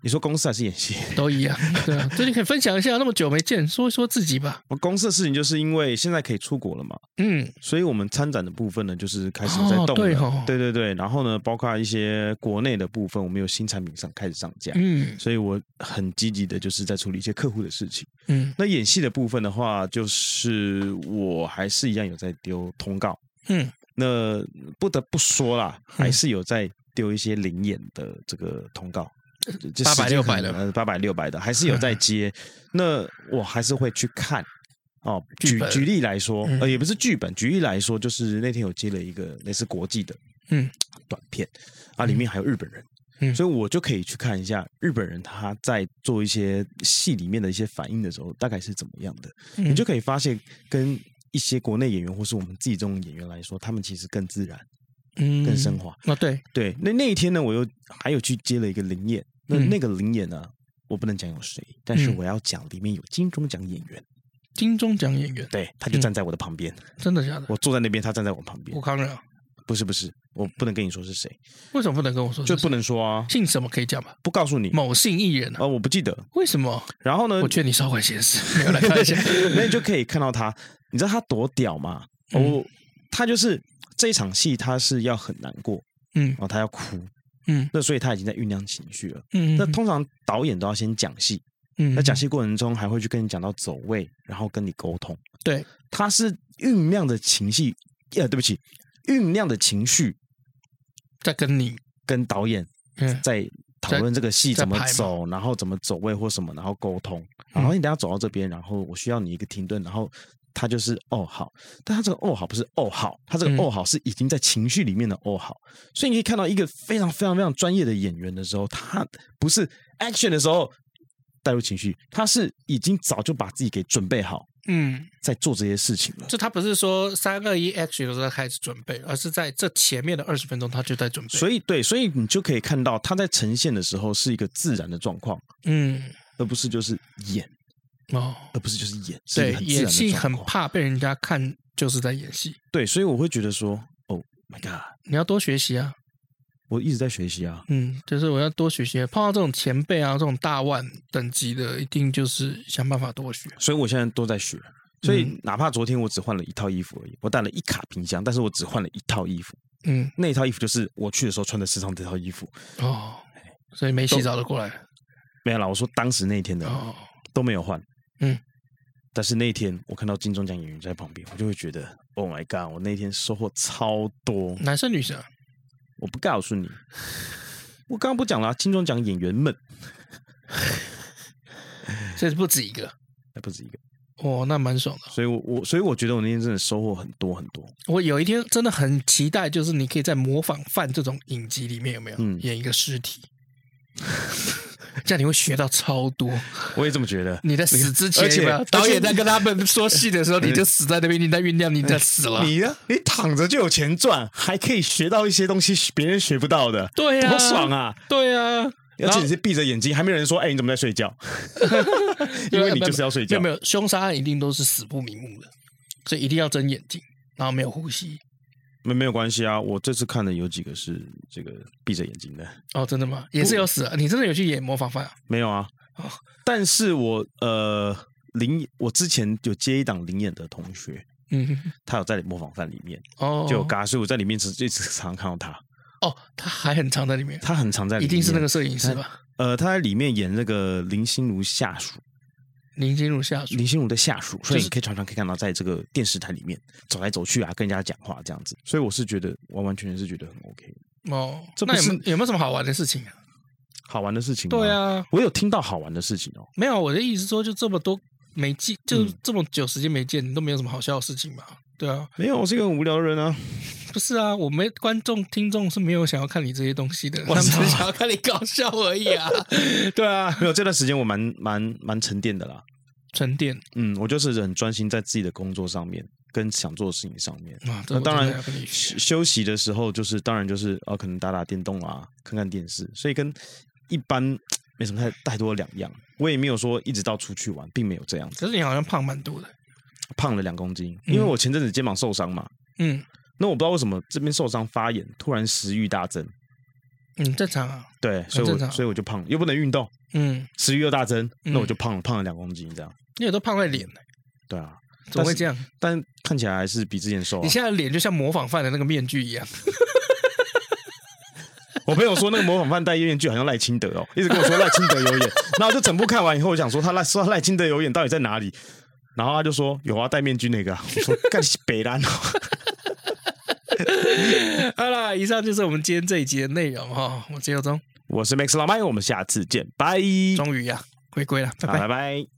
Speaker 2: 你说公司还是演戏？
Speaker 1: 都一样， 对啊，这你可以分享一下，那么久没见，说一说自己吧。
Speaker 2: 我公司的事情就是因为现在可以出国了嘛，
Speaker 1: 嗯，
Speaker 2: 所以我们参展的部分呢，就是开始在动
Speaker 1: 哦
Speaker 2: 了、
Speaker 1: 对哦
Speaker 2: 对对对然后呢，包括一些国内的部分，我们有新产品上开始上架，
Speaker 1: 嗯
Speaker 2: 所以我很积极的就是在处理一些客户的事情。
Speaker 1: 嗯
Speaker 2: 那演戏的部分的话，就是我还是一样有在丢通告，
Speaker 1: 嗯，
Speaker 2: 那不得不说啦，还是有在丢一些灵眼的这个通告。
Speaker 1: 呃
Speaker 2: 就
Speaker 1: 800 600的
Speaker 2: 呃八百六百的，还是有 在接。那我还是会去看哦。
Speaker 1: 剧
Speaker 2: 举
Speaker 1: 本
Speaker 2: 举例来说，
Speaker 1: 嗯
Speaker 2: 呃，也不是剧本，举例来说，就是那天有接了一个类似国际的
Speaker 1: 嗯
Speaker 2: 短片啊，里面还有日本人，
Speaker 1: 嗯
Speaker 2: 所以我就可以去看一下日本人他在做一些戏里面的一些反应的时候，大概是怎么样的。
Speaker 1: 嗯
Speaker 2: 你就可以发现，跟一些国内演员或是我们自己这种演员来说，他们其实更自然、
Speaker 1: 嗯
Speaker 2: 更升华。
Speaker 1: 啊，对，
Speaker 2: 对，那那一天呢，我又还有去接了一个灵演，那
Speaker 1: 嗯
Speaker 2: 那个灵演呢，我不能讲有谁，但是
Speaker 1: 嗯
Speaker 2: 我要讲里面有金钟奖演员，
Speaker 1: 金钟奖演员，
Speaker 2: 对，他就站在我的旁边，
Speaker 1: 真的假的？
Speaker 2: 我坐在那边，他站在我旁边
Speaker 1: 吴，康仁啊，
Speaker 2: 不是不是，我不能跟你说是谁，
Speaker 1: 为什么不能跟我说是谁？
Speaker 2: 就不能说啊，
Speaker 1: 姓什么可以讲吧？
Speaker 2: 不告诉你，
Speaker 1: 某姓艺人啊？
Speaker 2: 哦，我呃不记得。
Speaker 1: 为什么？
Speaker 2: 然后呢，
Speaker 1: 我劝你少管闲事，没有来开玩笑。
Speaker 2: 那你就可以看到他，你知道他多屌吗？哦，
Speaker 1: 嗯
Speaker 2: 他就是这一场戏，他是要很难过，
Speaker 1: 嗯
Speaker 2: 然后他要哭，
Speaker 1: 嗯
Speaker 2: 那所以他已经在酝酿情绪了。
Speaker 1: 嗯，
Speaker 2: 那通常导演都要先讲戏，
Speaker 1: 嗯
Speaker 2: 那讲戏过程中还会去跟你讲到走位，然后跟你沟通。
Speaker 1: 对，
Speaker 2: 他是酝酿的情绪，呃，对不起，酝酿的情绪
Speaker 1: 在跟你
Speaker 2: 跟导演
Speaker 1: 嗯
Speaker 2: 在讨论这个戏
Speaker 1: 在嗯
Speaker 2: 怎么
Speaker 1: 在排嘛
Speaker 2: 走，然后怎么走位或什么，然后沟通。然后你等下走到这边，然后我需要你一个停顿，然后他就是哦好，但他这个哦好不是哦好，他这
Speaker 1: 嗯
Speaker 2: 个哦好是已经在情绪里面的哦好，所以你可以看到一个非常非常非常专业的演员的时候，他不是 action 的时候带入情绪，他是已经早就把自己给准备好，
Speaker 1: 嗯，
Speaker 2: 在做这些事情了。
Speaker 1: 就他不是说三二一 action 的时候开始准备，而是在这前面的二十分钟他就在准备。以
Speaker 2: 所以对，所以你就可以看到他在呈现的时候是一个自然的状况，
Speaker 1: 嗯
Speaker 2: 而不是就是演，
Speaker 1: 哦，
Speaker 2: 而不是就是演，是一
Speaker 1: 对
Speaker 2: 个，很自然
Speaker 1: 演
Speaker 2: 的
Speaker 1: 戏
Speaker 2: 状
Speaker 1: 很
Speaker 2: 况
Speaker 1: 怕被人家看，就是在演戏。
Speaker 2: 对，所以我会觉得说，Oh my god，
Speaker 1: 你要多学习啊，
Speaker 2: 我一直在学习啊。
Speaker 1: 嗯，就是我要多学习。碰到这种前辈啊，这种大腕等级的，一定就是想办法多学。
Speaker 2: 所以我现在都在学。所以
Speaker 1: 嗯
Speaker 2: 哪怕昨天我只换了一套衣服而已，我带了一卡冰箱，但是我只换了一套衣服。
Speaker 1: 嗯，
Speaker 2: 那一套衣服就是我去的时候穿的身上这套衣服，
Speaker 1: 哦，所以没洗澡的过来
Speaker 2: 没有啦。我说当时那一天的
Speaker 1: 哦，
Speaker 2: 都没有换，
Speaker 1: 嗯。
Speaker 2: 但是那一天我看到金钟奖演员在旁边，我就会觉得，Oh my god！我那天收获超多。
Speaker 1: 男生女生啊，
Speaker 2: 我不告诉你，我刚刚不讲了、啊金钟奖演员们
Speaker 1: 这不止一个。
Speaker 2: 还哎不止一个，
Speaker 1: 哦，那蛮爽的。
Speaker 2: 所以我我所以我觉得我那天真的收获很多很多。
Speaker 1: 我有一天真的很期待，就是你可以在模仿犯这种影集里面有没有、
Speaker 2: 嗯
Speaker 1: 演一个尸体？这样你会学到超多。
Speaker 2: 我也这么觉 得。
Speaker 1: 你在死之前
Speaker 2: 而且
Speaker 1: 有没有，
Speaker 2: 而且
Speaker 1: 导演在跟他们说戏的时候，你就死在那边，你在酝酿，你在死了。
Speaker 2: 你呢？你躺着就有钱赚，还可以学到一些东西， 别人学不到的，
Speaker 1: 对啊，
Speaker 2: 多爽啊！
Speaker 1: 对啊，
Speaker 2: 而
Speaker 1: 然后
Speaker 2: 且你是闭着眼睛，还没有人说：“哎、你怎么在睡觉？” 因为你就是要睡觉。
Speaker 1: 没有没有，凶杀案一定都是死不瞑目的，所以一定要睁眼睛，然后没有呼吸。
Speaker 2: 没没有关系啊，我这次看的有几个是这个闭着眼睛的，
Speaker 1: 哦，真的吗？也是有死啊！你真的有去演模仿犯啊？
Speaker 2: 没有啊。但是我呃灵，我之前有接一档灵演的同学，
Speaker 1: 嗯，
Speaker 2: 他有在模仿犯里面，
Speaker 1: 哦，
Speaker 2: 就有嘎叔在里面是一直常看到他，
Speaker 1: 哦，他还很长在里面，
Speaker 2: 他很常在里
Speaker 1: 一
Speaker 2: 面，
Speaker 1: 定是那个摄影师吧？
Speaker 2: 呃，他在里面演那个林心如下属，
Speaker 1: 林心如下属，
Speaker 2: 林心如的下属，所以
Speaker 1: 就是
Speaker 2: 你可以常常可以看到在这个电视台里面走来走去啊，跟人家讲话这样子，所以我是觉得完完全全是觉得很 OK 的
Speaker 1: 哦，
Speaker 2: 这不
Speaker 1: 那有
Speaker 2: 是
Speaker 1: 没有有没有什么好玩的事情啊？
Speaker 2: 好玩的事情。哦
Speaker 1: 对，啊，
Speaker 2: 我有听到好玩的事情哦，
Speaker 1: 没有，啊我的意思说，就这么多没见，就
Speaker 2: 嗯
Speaker 1: 这么久时间没见，你都没有什么好笑的事情嘛？对啊，
Speaker 2: 没有，我是一个很无聊的人啊。
Speaker 1: 不是啊，我们观众听众是没有想要看你这些东西的，他们只是想要看你搞笑而已 啊。对啊，
Speaker 2: 没有这段时间我蛮蛮蛮沉淀的啦。
Speaker 1: 沉淀
Speaker 2: 嗯，我就是很专心在自己的工作上面，跟想做的事情上面。
Speaker 1: 啊，这
Speaker 2: 那
Speaker 1: 我
Speaker 2: 当
Speaker 1: 真的
Speaker 2: 然
Speaker 1: 要跟你，
Speaker 2: 休
Speaker 1: 学
Speaker 2: 休息的时候就是当然就是哦，可能打打电动啊，看看电视，所以跟一般没什么太太多的两样。我也没有说一直到出去玩，并没有这样子，
Speaker 1: 可是你好像胖蛮多的。
Speaker 2: 胖了两公斤，
Speaker 1: 嗯
Speaker 2: 因为我前阵子肩膀受伤嘛，
Speaker 1: 嗯
Speaker 2: 那我不知道为什么这边受伤发炎，突然食欲大增，
Speaker 1: 嗯，正常啊。
Speaker 2: 对，所以
Speaker 1: 正
Speaker 2: 我
Speaker 1: 常
Speaker 2: 所以我就胖了，又不能运动，
Speaker 1: 嗯，
Speaker 2: 食欲又大增，那我
Speaker 1: 嗯
Speaker 2: 就胖了，胖了两公斤这样，
Speaker 1: 你有都胖在脸了，
Speaker 2: 对啊，
Speaker 1: 怎么会这样？
Speaker 2: 但看起来还是比之前瘦、啊
Speaker 1: 你。现在脸就像模仿犯的那个面具 一样。
Speaker 2: 我朋友说那个模仿犯戴面具好像赖清德哦，一直跟我说赖清德有演，然后我就整部看完以后，我想说他赖说他赖清德有演到底在哪里？然后他就说有啊，戴面具那个、啊。我说干你是北兰哦，
Speaker 1: 好啦，以上就是我们今天这一集的内容哈、我是耀宗，
Speaker 2: 我是 Max 老麦，我们下次见，拜，
Speaker 1: 终于呀、回归了，拜
Speaker 2: 好
Speaker 1: 拜
Speaker 2: 拜。拜。